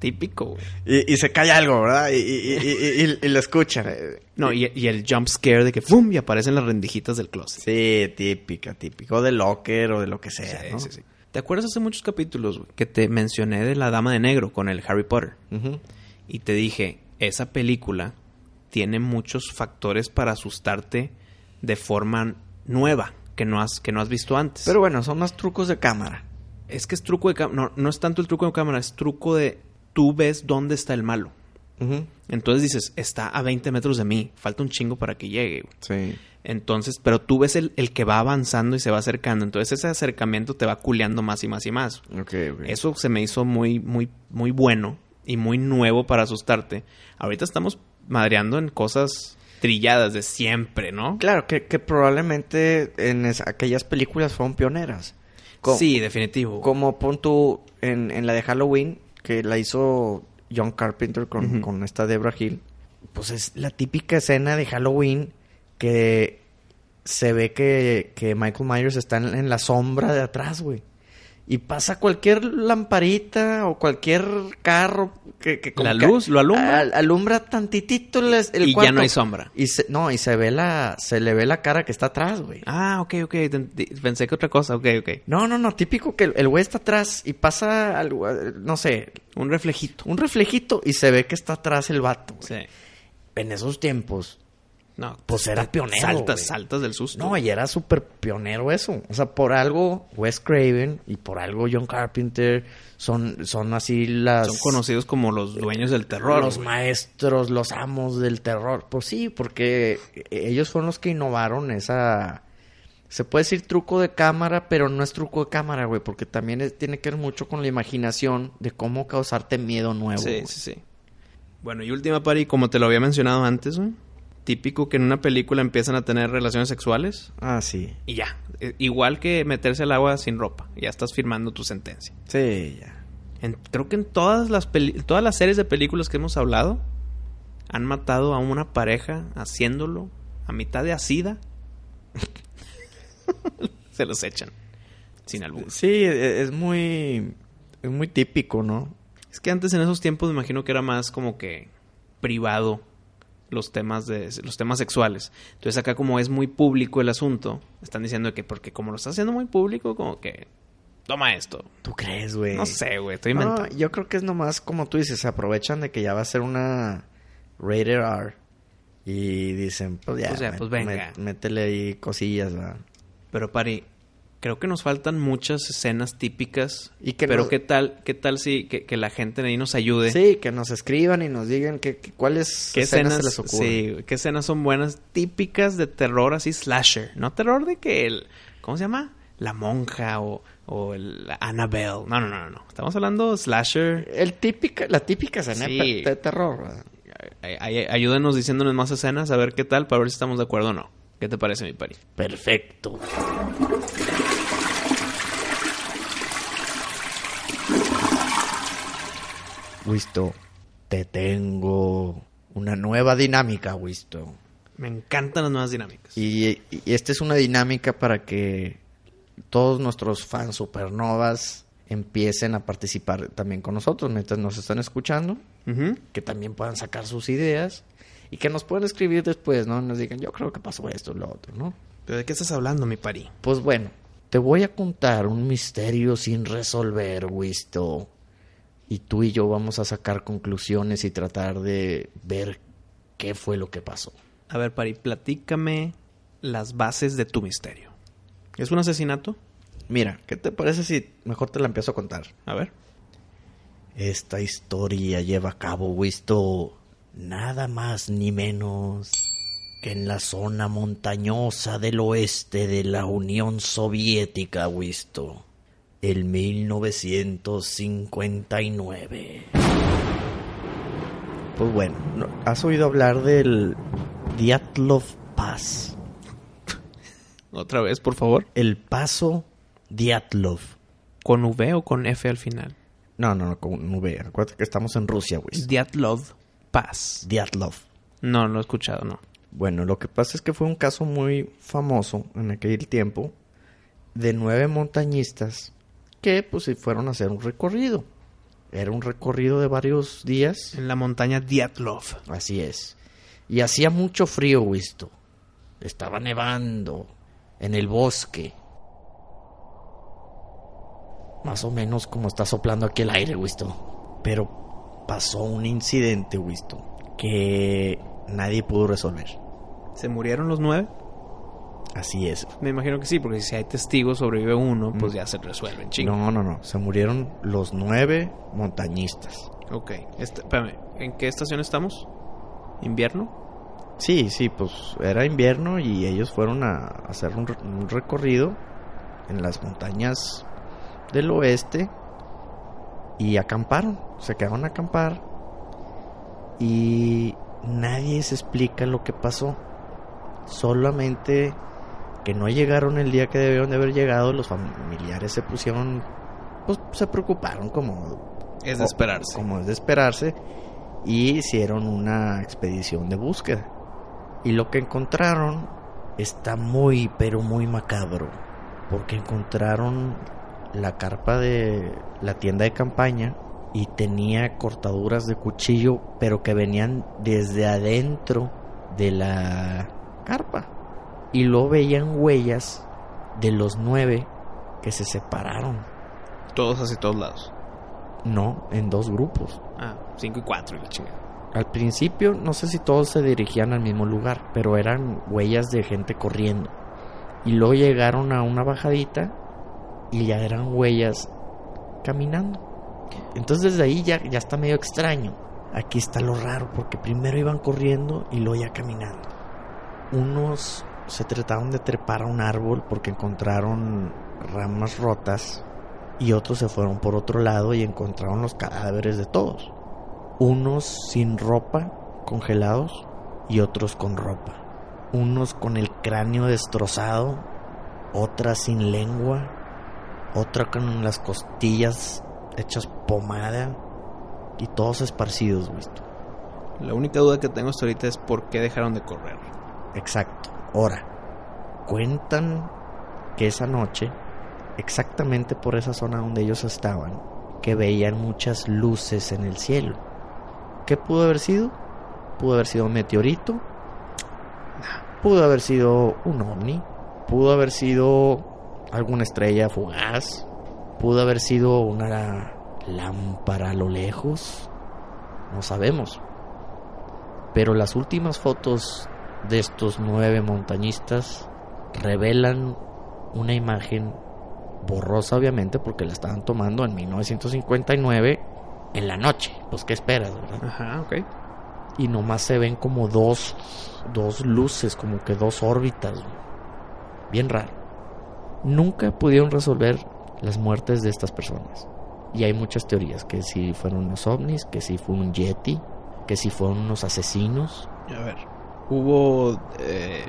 Típico, güey.
Y, y se cae algo, ¿verdad? Y, y- y- y- y- y lo escuchan.
No, y, y el jump scare de que ¡fum! y aparecen las rendijitas del closet.
Sí, típica, típico. O de Locker o de lo que sea, ¿no?
sí, sí. ¿Te acuerdas hace muchos capítulos, güey, que te mencioné de la Dama de Negro con el Harry Potter?
Ujú.
Y te dije, esa película tiene muchos factores para asustarte de forma nueva que no has, que no has visto antes.
Pero bueno, son más trucos de cámara.
es que es truco de cámara. No, no es tanto el truco de cámara, es truco de tú ves dónde está el malo.
Ujú.
Entonces dices, está a 20 metros de mí, falta un chingo para que llegue. güey.
Sí.
Entonces, pero tú ves el, el que va avanzando y se va acercando. Entonces ese acercamiento te va culeando más y más y más.
Ok, ok.
Eso se me hizo muy, muy, muy bueno y muy nuevo para asustarte. Ahorita estamos madreando en cosas trilladas de siempre, ¿no?
Claro, que, que probablemente en es- aquellas películas fueron pioneras. Co-
Sí, definitivo.
Como pon tú en, en la de Halloween, que la hizo John Carpenter con,
Ujú.
con esta Debra Hill. Pues es la típica escena de Halloween que se ve que, que Michael Myers está en, en la sombra de atrás, güey. Y pasa cualquier lamparita o cualquier carro que... que como
La
que
luz lo alumbra.
al- alumbra tantitito les- el
y
cuarto.
ya no hay sombra.
Y se, no, y se ve la... Se le ve la cara que está atrás, güey.
Ah, ok, ok. te ent- Pensé que otra cosa. Ok, ok.
No, no, no, típico que el- el güey está atrás y pasa algo, eh, no sé,
Un reflejito.
un reflejito y se ve que está atrás el vato. güey.
Sí.
En esos tiempos,
No,
Pues era
está-
pionero,
Saltas,
güey.
saltas del susto.
no, y era súper pionero eso. O sea, por algo Wes Craven y por algo John Carpenter son, son así las...
Son conocidos como los dueños del terror.
Los
güey.
maestros, los amos del terror. Pues sí, porque ellos fueron los que innovaron esa... Se puede decir truco de cámara, pero no es truco de cámara, güey, porque también es- tiene que ver mucho con la imaginación de cómo causarte miedo nuevo.
Sí,
güey.
sí, sí. Bueno, y última pari, como te lo había mencionado antes, güey, Típico que en una película empiezan a tener relaciones sexuales
Ah, sí.
y ya. Eh, Igual que meterse al agua sin ropa. Ya estás firmando tu sentencia.
Sí, ya.
En- creo que en todas las, peli- en todas las series de películas que hemos hablado, han matado a una pareja haciéndolo a mitad de asida. [LAUGHS] Se los echan. Sin albur.
Sí, e- es muy... Es muy típico, ¿no?
Es que antes en esos tiempos me imagino que era más como que privado los temas de los temas sexuales. Entonces acá como es muy público el asunto, están diciendo que porque como lo está haciendo muy público, como que toma esto.
¿Tú crees, güey?
No sé, güey, estoy
No,
inventando.
Ah, yo creo que es nomás como tú dices, se aprovechan de que ya va a ser una rated R y dicen, pues ya,
Pues ya,
mé-
pues venga.
mé- métele ahí cosillas, ¿verdad?
Pero Pari, creo que nos faltan muchas escenas típicas.
Y que
pero
nos-
qué tal, qué tal si que, que la gente ahí nos ayude.
Sí, que nos escriban y nos digan que, que- cuáles
¿Qué
escenas
escenas,
se les ocurren.
sí, qué escenas son buenas, típicas de terror así slasher? No terror de que el... ¿Cómo se llama? La monja o, o el Annabelle. No, no, no, no. Estamos hablando slasher.
El típica, la típica escena de
Sí.
pe- de terror, ¿verdad?
Ay- ay- ayúdenos diciéndonos más escenas a ver qué tal para ver si estamos de acuerdo o no. ¿Qué te parece, mi pari?
Perfecto. Wisto, te tengo una nueva dinámica, Wisto.
Me encantan las nuevas dinámicas.
Y, y esta es una dinámica para que todos nuestros fans supernovas empiecen a participar también con nosotros mientras nos están escuchando,
Ujú.
que también puedan sacar sus ideas y que nos puedan escribir después, ¿no? Nos digan, yo creo que pasó esto, lo otro, ¿no?
¿Pero de qué estás hablando, mi pari?
Pues bueno, te voy a contar un misterio sin resolver, Wisto. Y tú y yo vamos a sacar conclusiones y tratar de ver qué fue lo que pasó.
A ver, pari, platícame las bases de tu misterio. ¿Es un asesinato?
Mira, ¿qué te parece si mejor te la empiezo a contar?
A ver.
Esta historia lleva a cabo, Wisto, nada más ni menos que en la zona montañosa del oeste de la Unión Soviética, Wisto, el 1959. Pues bueno, ¿no- ¿has oído hablar del Diatlov Pass?
Otra vez, por favor.
El paso Diatlov.
¿Con V o con F al final?
No, no, no, con V. Acuérdate que estamos en Rusia, Wisto.
Diatlov Pass.
Diatlov.
No, no he escuchado, no.
Bueno, lo que pasa es que fue un caso muy famoso en aquel tiempo de nueve montañistas que pues se fueron a hacer un recorrido. Era un recorrido de varios días.
En la montaña Diatlov.
Así es. Y hacía mucho frío, Wisto. Estaba nevando en el bosque. Más o menos como está soplando aquí el aire, Wisto. Pero pasó un incidente, Wisto, que nadie pudo resolver.
¿Se murieron los nueve?
Así es.
Me imagino que sí, porque si hay testigos, sobrevive uno, pues
Mm.
ya se resuelven, chingo.
No, no, no. Se murieron los nueve montañistas.
Ok. Esta- espérame, ¿en qué estación estamos? ¿Invierno?
Sí, sí, pues era invierno y ellos fueron a hacer un, re- un recorrido en las montañas del oeste y acamparon, se quedaron a acampar y nadie se explica lo que pasó, solamente que no llegaron el día que debieron de haber llegado, los familiares se pusieron, pues se preocuparon como
Es de
o-
esperarse.
Como es de esperarse. Y hicieron una expedición de búsqueda. Y lo que encontraron está muy, pero muy macabro. Porque encontraron la carpa de la tienda de campaña y tenía cortaduras de cuchillo, pero que venían desde adentro de la carpa. Y lo veían huellas de los nueve que se separaron.
Todos hacia todos lados.
No, en dos grupos.
Ah, 5 y 4 y la chingada.
Al principio no sé si todos se dirigían al mismo lugar, pero eran huellas de gente corriendo. Y luego llegaron a una bajadita y ya eran huellas caminando. Entonces desde ahí ya, ya está medio extraño. Aquí está lo raro, porque primero iban corriendo y luego ya caminando. Unos se trataron de trepar a un árbol porque encontraron ramas rotas y otros se fueron por otro lado y encontraron los cadáveres de todos unos sin ropa, congelados, y otros con ropa. Unos con el cráneo destrozado, otra sin lengua, otra con las costillas hechas pomada, y todos esparcidos, visto.
La única duda que tengo hasta ahorita es por qué dejaron de correr.
Exacto. Ahora, cuentan que esa noche, exactamente por esa zona donde ellos estaban, que veían muchas luces en el cielo. ¿Qué pudo haber sido? Pudo haber sido un meteorito, pudo haber sido un ovni, pudo haber sido alguna estrella fugaz, pudo haber sido una lámpara a lo lejos, no sabemos. Pero las últimas fotos de estos nueve montañistas revelan una imagen borrosa obviamente porque la estaban tomando en 1959 en la noche. Pues qué esperas, ¿verdad?
Ajá, ok.
y nomás se ven como dos, dos luces, como que dos órbitas. güey. Bien raro. Nunca pudieron resolver las muertes de estas personas. Y hay muchas teorías, que si fueron unos ovnis, que si fue un yeti, que si fueron unos asesinos.
A ver. Hubo eh,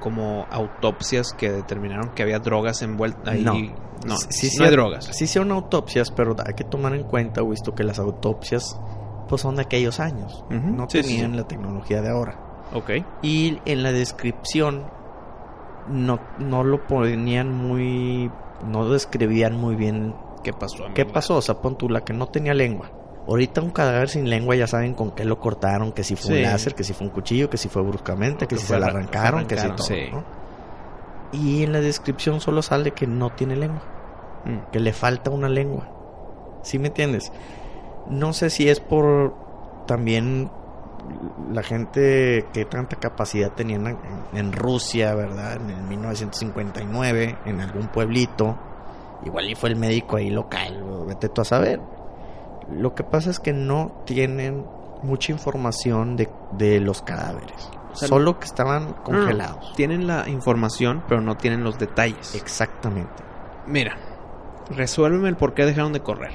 como autopsias que determinaron que había drogas envueltas. Ahí...
No.
no,
Sí, sí,
no hay
sí.
drogas.
Sí hicieron autopsias, pero hay que tomar en cuenta, visto que las autopsias pues son de aquellos años.
Ujú.
No
Sí, sí,
tenían
sí.
la tecnología de ahora.
Ok.
Y en la descripción no, no lo ponían muy. No describían muy bien
¿Qué pasó? amigo?
qué pasó. O sea, pon tú, la que no tenía lengua. Ahorita un cadáver sin lengua ya saben con qué lo cortaron: que si fue
Sí.
un láser, que si fue un cuchillo, que si fue bruscamente,
O
que,
que
si
fue
se la
arran-
arrancaron, que si todo.
arrancaron, sí.
¿no? Y en la descripción solo sale que no tiene lengua
Mm.
que le falta una lengua. ¿Sí me entiendes? No sé si es por también la gente que tanta capacidad tenían en, en Rusia, ¿verdad? En el 1959, en algún pueblito. Igual y fue el médico ahí local, o vete tú a saber. Lo que pasa es que no tienen mucha información de, de los cadáveres.
O sea, Mm.
Solo que estaban
No, no, no.
congelados.
Tienen la información, pero no tienen los detalles.
Exactamente.
Mira, resuélveme el por qué dejaron de correr.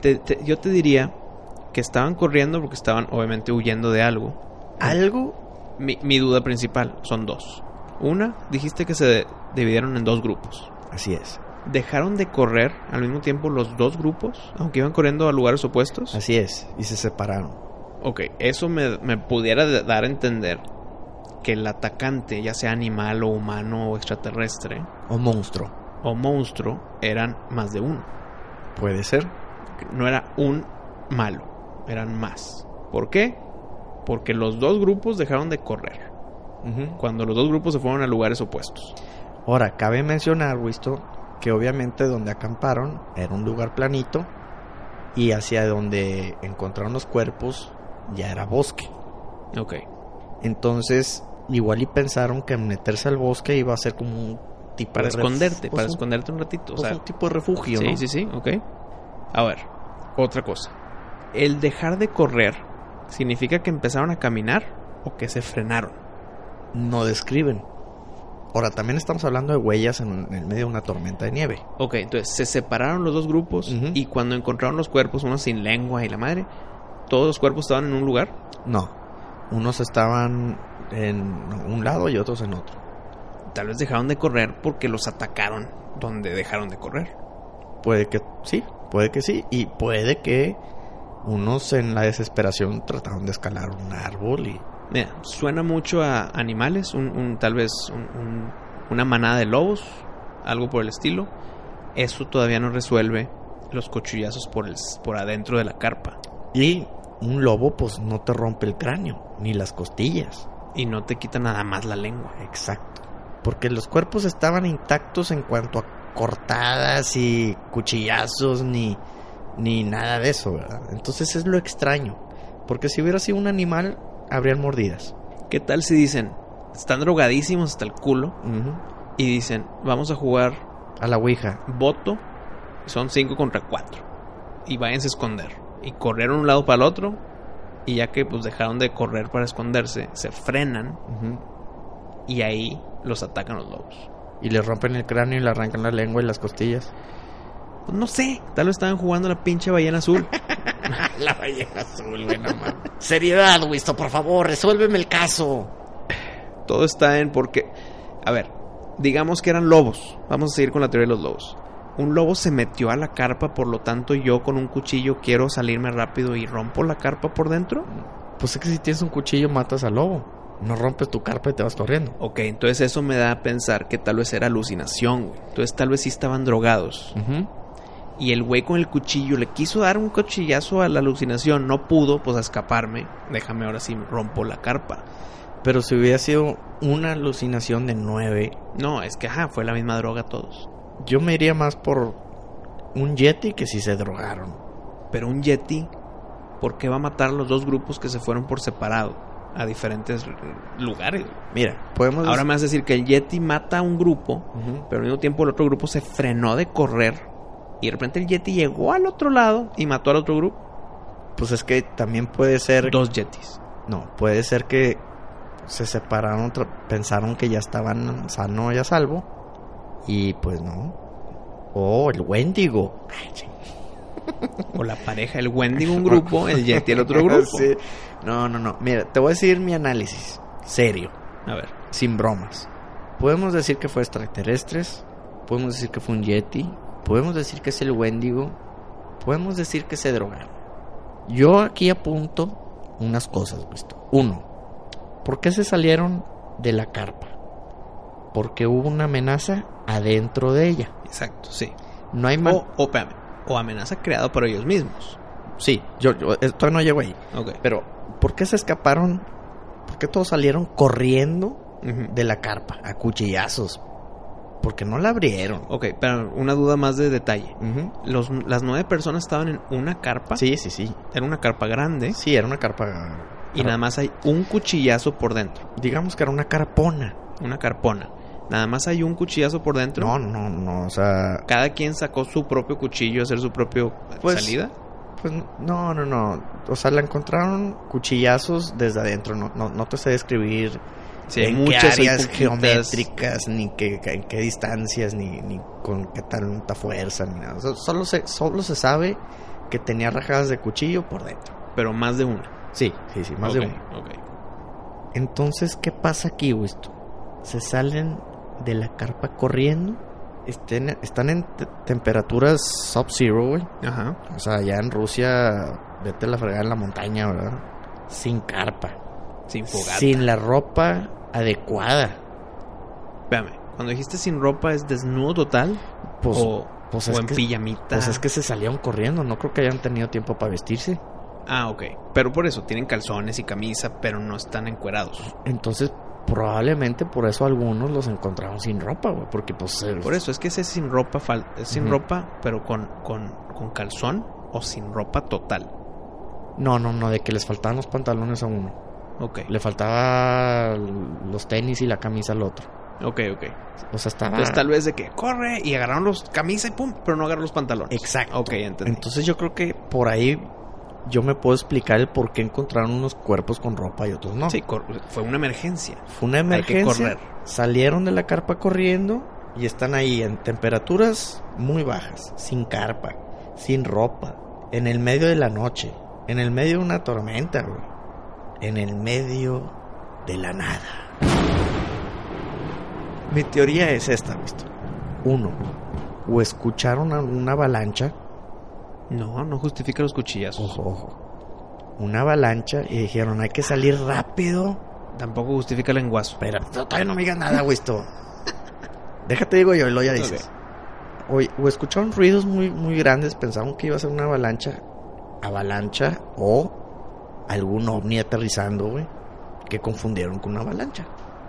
Te- te- yo te diría que estaban corriendo porque estaban obviamente huyendo de algo.
Algo
Mi, mi duda principal son dos. Una, dijiste que se de- dividieron en dos grupos.
así es.
¿Dejaron de correr al mismo tiempo los dos grupos, aunque iban corriendo a lugares opuestos?
Así es. Y se separaron.
Ok, eso me, me pudiera de- dar a entender que el atacante, ya sea animal o humano o extraterrestre
o monstruo.
o monstruo, eran más de uno.
Puede ser.
no era un malo, eran más. ¿Por qué? Porque los dos grupos dejaron de correr.
Ujú.
Cuando los dos grupos se fueron a lugares opuestos.
Ahora, cabe mencionar, Wisto, que obviamente donde acamparon era un lugar planito y hacia donde encontraron los cuerpos ya era bosque.
Ok.
Entonces, igual y pensaron que meterse al bosque iba a ser como un tipo
Para
de ref-
esconderte,
pues
para
un-
esconderte un ratito. O
pues
sea,
un tipo de refugio,
sí,
¿no?
sí, sí, ok. A ver, otra cosa. El dejar de correr significa que empezaron a caminar o que se frenaron.
No describen. Ahora, también estamos hablando de huellas en, en el medio de una tormenta de nieve.
Ok, entonces se separaron los dos grupos
Ujú.
y cuando encontraron los cuerpos, uno sin lengua y la madre, todos los cuerpos estaban en un lugar.
No, unos estaban en un lado y otros en otro.
Tal vez dejaron de correr porque los atacaron donde dejaron de correr.
Puede que sí, puede que sí, y puede que unos en la desesperación trataron de escalar un árbol y
Mira, suena mucho a animales, un, un- tal vez un- un- una manada de lobos, algo por el estilo. Eso todavía no resuelve los cochillazos por, el, por adentro de la carpa.
y un lobo pues no te rompe el cráneo ni las costillas.
Y no te quita nada más la lengua.
Exacto. Porque los cuerpos estaban intactos en cuanto a cortadas y cuchillazos ni, ni nada de eso, ¿verdad? Entonces es lo extraño. Porque si hubiera sido un animal, habrían mordidas.
¿Qué tal si dicen, están drogadísimos hasta el culo
Ujú.
y dicen, vamos a jugar
A la Ouija.
voto, son 5 contra 4. Y váyanse a esconder. Y corrieron de un lado para el otro. Y ya que pues dejaron de correr para esconderse, se frenan
Ujú.
y ahí los atacan los lobos.
Y le rompen el cráneo y le arrancan la lengua y las costillas.
Pues no sé, tal vez estaban jugando a la pinche ballena azul.
[LAUGHS] la ballena azul, güey, no mames. Seriedad, Wisto, por favor, resuélveme el caso.
Todo está en porque... A ver, digamos que eran lobos. Vamos a seguir con la teoría de los lobos. Un lobo se metió a la carpa, por lo tanto yo con un cuchillo quiero salirme rápido y rompo la carpa por dentro.
Pues es que si tienes un cuchillo matas al lobo. No rompes tu carpa y te vas corriendo.
Ok, entonces eso me da a pensar que tal vez era alucinación, güey. Entonces tal vez sí estaban drogados.
Ujú.
Y el güey con el cuchillo le quiso dar un cuchillazo a la alucinación. No pudo, pues a escaparme. Déjame ahora sí, rompo la carpa.
Pero si hubiera sido una alucinación de nueve,
No, es que ajá, fue la misma droga a todos.
yo me iría más por un yeti que si se drogaron.
Pero un yeti, ¿por qué va a matar a los dos grupos que se fueron por separado? A diferentes eh, lugares. güey?
Mira, podemos...
Ahora me vas a decir que el yeti mata a un grupo
Ujú.
Pero al mismo tiempo el otro grupo se frenó de correr. Y de repente el Yeti llegó al otro lado y mató al otro grupo.
Pues es que también puede ser...
Dos Yetis.
No, puede ser que se separaron, tra- pensaron que ya estaban sano y a salvo. Y pues no. Oh, el Wendigo.
O la pareja, el
[LAUGHS]
Wendy [LAUGHS] un grupo, el Yeti el otro grupo.
Sí. No, no, no. Mira, te voy a decir mi análisis. Serio.
A ver.
Sin bromas. Podemos decir que fue extraterrestres. Podemos decir que fue un Yeti. Podemos decir que es el Wendigo. Podemos decir que se drogaron. Yo aquí apunto unas cosas, visto. Uno, ¿por qué se salieron de la carpa? Porque hubo una amenaza adentro de ella.
Exacto, sí.
No hay más.
O, o, espérame, o amenaza creada por ellos mismos.
Sí, yo, yo eh, todavía no llego ahí.
Ok.
Pero, ¿por qué se escaparon? ¿Por qué todos salieron corriendo
Ujú.
de la carpa a cuchillazos? Porque no la abrieron.
Ok, pero una duda más de detalle.
Ujú.
Los, las nueve personas estaban en una carpa.
Sí, sí, sí.
Era una carpa grande.
Sí, era una carpa.
Y nada más hay un cuchillazo por dentro.
Digamos que era una carpona.
Una carpona. Nada más hay un cuchillazo por dentro.
No, no, no. O sea.
cada quien sacó su propio cuchillo a hacer su propio
Pues-
salida.
Pues no, no, no. O sea, la encontraron cuchillazos desde adentro. No, no, no te sé describir
Sí, hay
en qué
muchas hay
áreas
poquitas.
geométricas, ni qué, en qué distancias, ni, ni con qué tanta fuerza, ni nada. O sea, solo, se, solo se sabe que tenía rajadas de cuchillo por dentro.
pero más de una.
Sí, sí, sí, más de uno.
Ok, ok.
Entonces, ¿qué pasa aquí, Wisto? Se salen de la carpa corriendo. Estén- están en te- temperaturas sub-zero, güey.
Ajá.
O sea, ya en Rusia, vete a la fregada en la montaña, ¿verdad? Sin carpa.
Sin fogata.
Sin la ropa adecuada.
Espérame, cuando dijiste sin ropa es desnudo total
Pues,
o
Pues
o
es
en
que-
pijamita.
Pues es que se salieron corriendo, no creo que hayan tenido tiempo para vestirse.
Ah, ok. Pero por eso tienen calzones y camisa, pero no están encuerados.
Entonces, probablemente por eso algunos los encontraron sin ropa, güey. Porque pues se-
Por eso es que ese es sin ropa, fal- es sin
Ujú.
ropa, pero con, con, con calzón o sin ropa total.
No, no, no, de que les faltaban los pantalones a uno.
Ok,
Le faltaba los tenis y la camisa al otro.
ok, ok.
O sea, estaba...
Entonces tal vez de que corre y agarraron los camisas y pum, pero no agarraron los pantalones.
Exacto.
Ok, entendí.
Entonces yo creo que por ahí yo me puedo explicar el por qué encontraron unos cuerpos con ropa y otros no.
Sí, cor- fue una emergencia.
Fue una
Hay que
emergencia.
correr.
Salieron de la carpa corriendo y están ahí en temperaturas muy bajas, sin carpa, sin ropa, en el medio de la noche, en el medio de una tormenta, güey. En el medio de la nada. Mi teoría es esta, visto. Uno, o escucharon alguna avalancha
No, no justifica los cuchillazos.
ojo, ojo. Una avalancha y dijeron, hay que salir rápido.
Tampoco justifica el lenguazo.
Pero todavía no me digas nada, güey, esto. Déjate, digo yo, y luego ya dices. Oye, o escucharon ruidos muy, muy grandes, pensaron que iba a ser una avalancha. Avalancha o algún ovni aterrizando, güey. Que confundieron con una avalancha.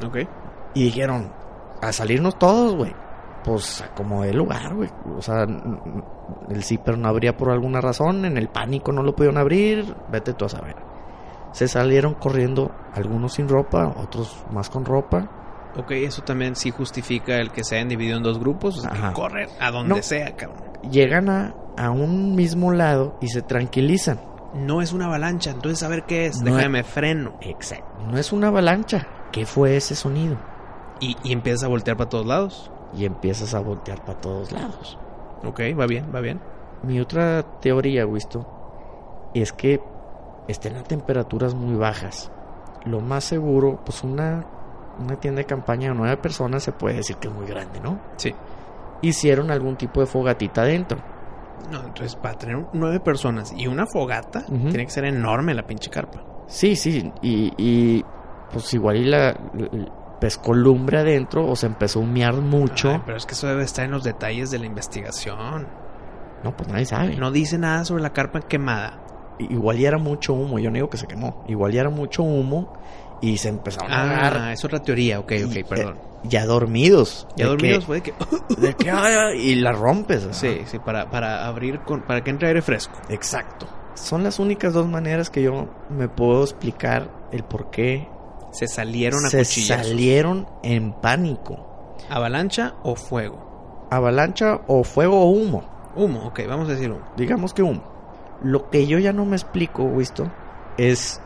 Ok.
Y dijeron, a salirnos todos, güey. Pues como de lugar, güey. O sea, n- n- el zipper no abría por alguna razón, en el pánico no lo pudieron abrir, vete tú a saber. Se salieron corriendo, algunos sin ropa, otros más con ropa.
Ok, eso también sí justifica el que se hayan dividido en dos grupos. O sea,
Ajá.
que corren a donde
No.
sea, cabrón.
Llegan a, a un mismo lado y se tranquilizan.
No es una avalancha, entonces a ver qué es.
No
Déjame freno.
Exacto. No es una avalancha. ¿Qué fue ese sonido?
Y, y empiezas a voltear para todos lados.
Y empiezas a voltear para todos lados.
Ok, va bien, va bien.
Mi otra teoría, Wisto, es que estén a temperaturas muy bajas. Lo más seguro, pues una, una tienda de campaña de nueve personas se puede decir que es muy grande, ¿no?
Sí.
Hicieron algún tipo de fogatita adentro.
No, entonces para tener un- nueve personas y una fogata,
Ujú.
tiene que ser enorme la pinche carpa.
Sí, sí, y, y, pues igual y la, l- pescó lumbre adentro o se empezó a humear mucho.
Ay, pero es que eso debe estar en los detalles de la investigación.
No, pues nadie sabe.
No dice nada sobre la carpa quemada.
Igual y era mucho humo, yo no digo que se quemó. Igual y era mucho humo y se empezaron a agarrar
Ah, es otra teoría. Ok,
Y, eh,
ok, perdón.
ya dormidos.
Ya
De
dormidos
que-
fue de que.
[LAUGHS] de que, "Ah", y la rompes. ¿no?
sí, sí, para, para abrir, con, para que entre aire fresco.
Exacto. Son las únicas dos maneras que yo me puedo explicar el por qué
Se salieron a
se
cuchillas.
salieron en pánico.
Avalancha o fuego.
Avalancha o fuego o humo.
Humo, ok, vamos a decir humo.
Digamos que humo. Lo que yo ya no me explico, Wisto, es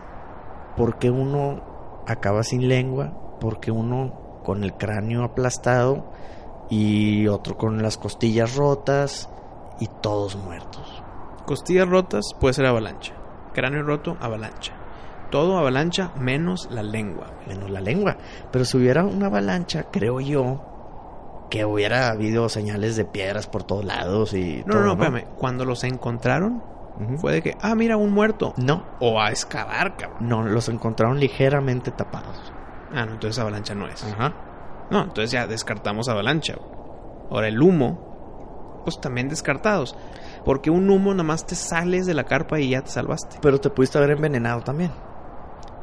por qué uno acaba sin lengua, por qué uno con el cráneo aplastado y otro con las costillas rotas y todos muertos.
Costillas rotas puede ser avalancha. Cráneo roto, avalancha. Todo avalancha menos la lengua.
menos la lengua. Pero si hubiera una avalancha, creo yo que hubiera habido señales de piedras por todos lados y
No,
todo,
no, no, espérame. Cuando los encontraron,
Ujú.
fue de que, ah, mira, un muerto.
No,
O a excavar, cabrón.
no, los encontraron ligeramente tapados.
Ah, no, entonces avalancha no es.
Ajá.
No, entonces ya descartamos avalancha. güey. Ahora el humo, pues también descartados. Porque un humo nada más te sales de la carpa y ya te salvaste.
Pero te pudiste haber envenenado también.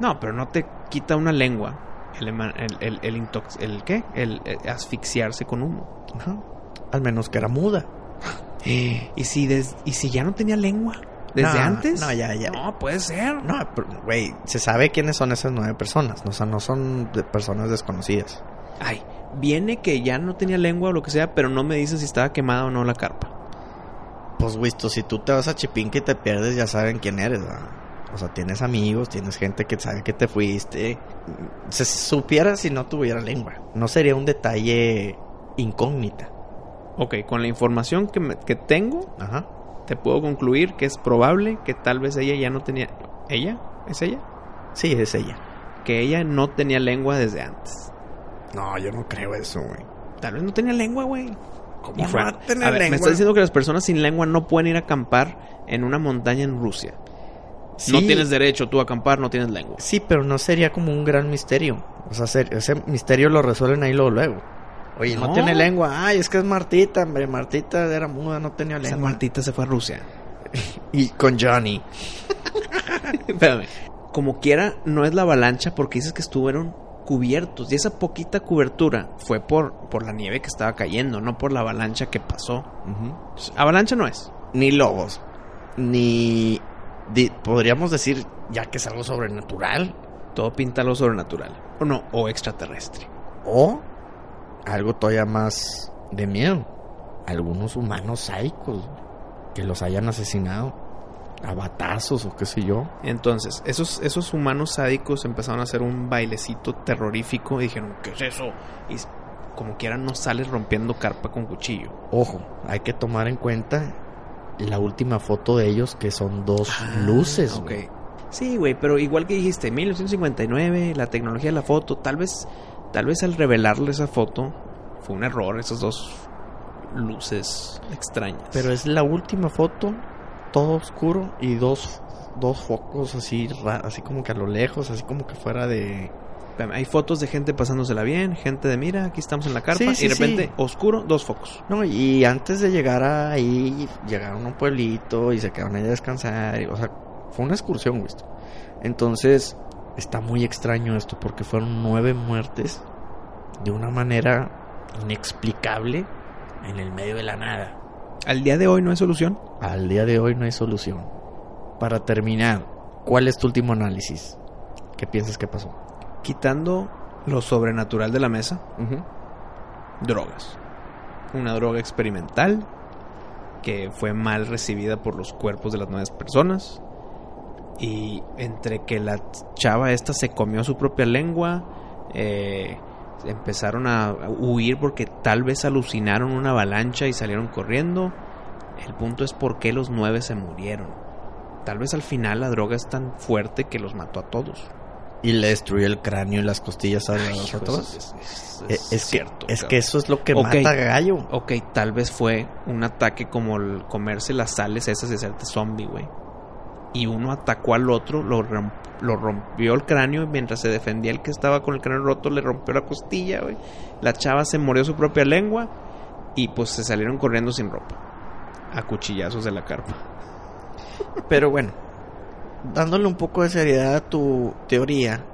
No, pero no te quita una lengua el, ema- el, el, el intox- el qué? El, eh, asfixiarse con humo.
Ajá. Al menos que era muda.
¿Y si, des- ¿Y si ya no tenía lengua? ¿Desde
No,
antes?
No, ya, ya.
No, puede ser.
No, pero, güey, se sabe quiénes son esas nueve personas. O sea, no son de personas desconocidas.
Ay, viene que ya no tenía lengua o lo que sea, pero no me dicen si estaba quemada o no la carpa.
Pues, Wisto, si tú te vas a Chipinque y te pierdes, ya saben quién eres, ¿verdad? O sea, tienes amigos, tienes gente que sabe que te fuiste. Se supiera si no tuviera lengua. No sería un detalle incógnita.
Ok, con la información que, me- que tengo,
Ajá.
te puedo concluir que es probable que tal vez ella ya no tenía... ¿Ella? ¿Es ella?
Sí, es ella.
Que ella no tenía lengua desde antes.
No, yo no creo eso, güey.
Tal vez no tenía lengua, güey.
¿Cómo
Y fue-
va a tener
a ver,
lengua?
Me está diciendo que las personas sin lengua no pueden ir a acampar en una montaña en Rusia.
Sí,
No tienes derecho tú a acampar, no tienes lengua.
Sí, pero no sería como un gran misterio. O sea, ser- ese misterio lo resuelven ahí luego, luego. Oye, no.
No.
tiene lengua. Ay, es que es Martita, hombre. Martita era muda, no tenía
Esa
lengua.
Martita se fue a Rusia.
Y con Johnny.
Espérame. Como quiera, no es la avalancha porque dices que estuvieron cubiertos. Y esa poquita cobertura fue por, por la nieve que estaba cayendo, no por la avalancha que pasó. Pues, Avalancha no es.
Ni lobos. Ni... di- podríamos decir, ya que es algo sobrenatural.
Todo pinta lo sobrenatural. O no, o extraterrestre.
O algo todavía más de miedo. Algunos humanos psicos güey, que los hayan asesinado a batazos o qué sé yo.
Entonces, esos, esos humanos sádicos empezaron a hacer un bailecito terrorífico y dijeron, ¿qué es eso? Y s- como quiera no sales rompiendo carpa con cuchillo.
Ojo, hay que tomar en cuenta la última foto de ellos que son dos
Ah,
luces.
ok.
güey.
Sí, güey, pero igual que dijiste, 1959, la tecnología de la foto, tal vez, tal vez al revelarle esa foto fue un error, esas dos luces extrañas.
Pero es la última foto, todo oscuro y dos, dos focos así, ra- así como que a lo lejos, así como que fuera de...
Espérame, hay fotos de gente pasándosela bien, gente de mira, aquí estamos en la carpa,
Sí, sí,
y de repente,
sí.
oscuro, dos focos.
No, y antes de llegar ahí, llegaron a un pueblito y se quedaron ahí a descansar. y, o sea, fue una excursión, güey. esto. Entonces, está muy extraño esto porque fueron nueve muertes de una manera inexplicable en el medio de la nada.
Al día de hoy no hay solución.
Al día de hoy no hay solución. Para terminar, ¿cuál es tu último análisis? ¿Qué piensas que pasó?
Quitando lo sobrenatural de la mesa, drogas. Una droga experimental que fue mal recibida por los cuerpos de las nuevas personas. Y entre que la chava esta se comió su propia lengua, eh, empezaron a huir porque tal vez alucinaron una avalancha y salieron corriendo. El punto es por qué los nueve se murieron. Tal vez al final la droga es tan fuerte que los mató a todos.
Y le destruyó el cráneo y las costillas a los otros.
Es,
Eh, Es,
cierto.
Que, es que eso es lo que
Ok.
mata a Gallo.
Ok, tal vez fue un ataque como el comerse las sales esas de hacerte zombie, güey. Y uno atacó al otro, lo, rom- lo rompió el cráneo y mientras se defendía el que estaba con el cráneo roto le rompió la costilla, güey. La chava se murió su propia lengua y pues se salieron corriendo sin ropa. A cuchillazos de la carpa.
Pero bueno, dándole un poco de seriedad a tu teoría,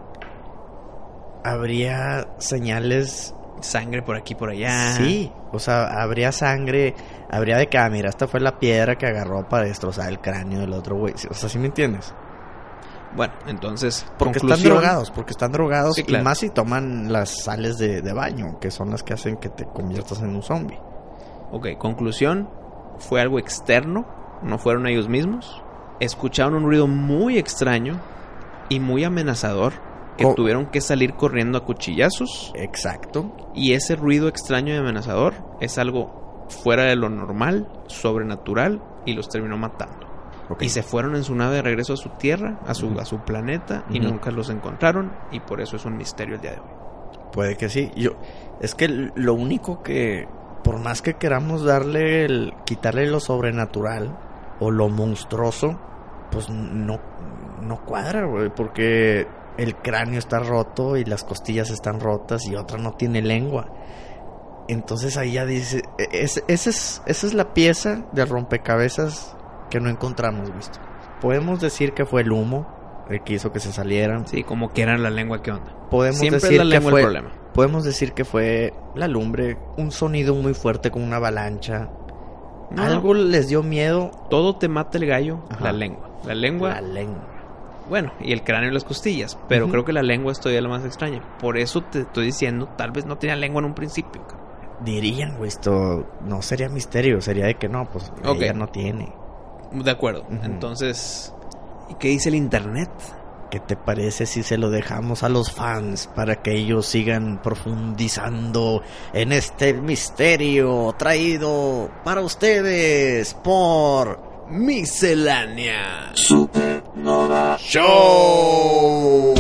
habría señales
Sangre por aquí por allá.
Sí, o sea, habría sangre, habría de que, ah, mira, esta fue la piedra que agarró para destrozar el cráneo del otro güey. Sí, O sea, ¿sí me entiendes?
Bueno, entonces,
Porque están
conclusión,
drogados, porque están drogados
Sí, claro.
y más si toman las sales de, de baño, que son las que hacen que te conviertas en un zombie.
Ok, conclusión, fue algo externo, no fueron ellos mismos. Escucharon un ruido muy extraño y muy amenazador que
Co-
tuvieron que salir corriendo a cuchillazos
Exacto.
y ese ruido extraño y amenazador es algo fuera de lo normal, sobrenatural y los terminó matando.
Ok.
Y se fueron en su nave de regreso a su tierra, a su,
Ujú.
a su planeta y
Ujú.
nunca los encontraron y por eso es un misterio el día de hoy.
Puede que sí. Yo, es que lo único que, por más que queramos darle el, quitarle lo sobrenatural o lo monstruoso, pues no, no cuadra, güey, porque el cráneo está roto y las costillas están rotas y otra no tiene lengua. Entonces ahí ya dice, e- es- esa es, esa es la pieza de rompecabezas que no encontramos, visto. Podemos decir que fue el humo el que hizo que se salieran.
Sí, como que era la lengua que onda.
Podemos
Siempre
decir
es la
que
lengua
fue-
el problema.
Podemos decir que fue la lumbre, un sonido muy fuerte como una avalancha.
No,
Algo les dio miedo
Todo te mata el gallo,
Ajá.
la lengua. La lengua,
la lengua.
bueno, y el cráneo y las costillas. Pero
Ujú.
creo que la lengua es todavía lo más extraño. Por eso te estoy diciendo, tal vez no tenía lengua en un principio. cabrón.
Dirían, güey, esto no sería misterio, sería de que no, pues
Ok.
ella no tiene.
De acuerdo.
Ujú.
Entonces, ¿y qué dice el internet?
¿Qué te parece si se lo dejamos a los fans para que ellos sigan profundizando en este misterio traído para ustedes por
Miscelánea.
Show?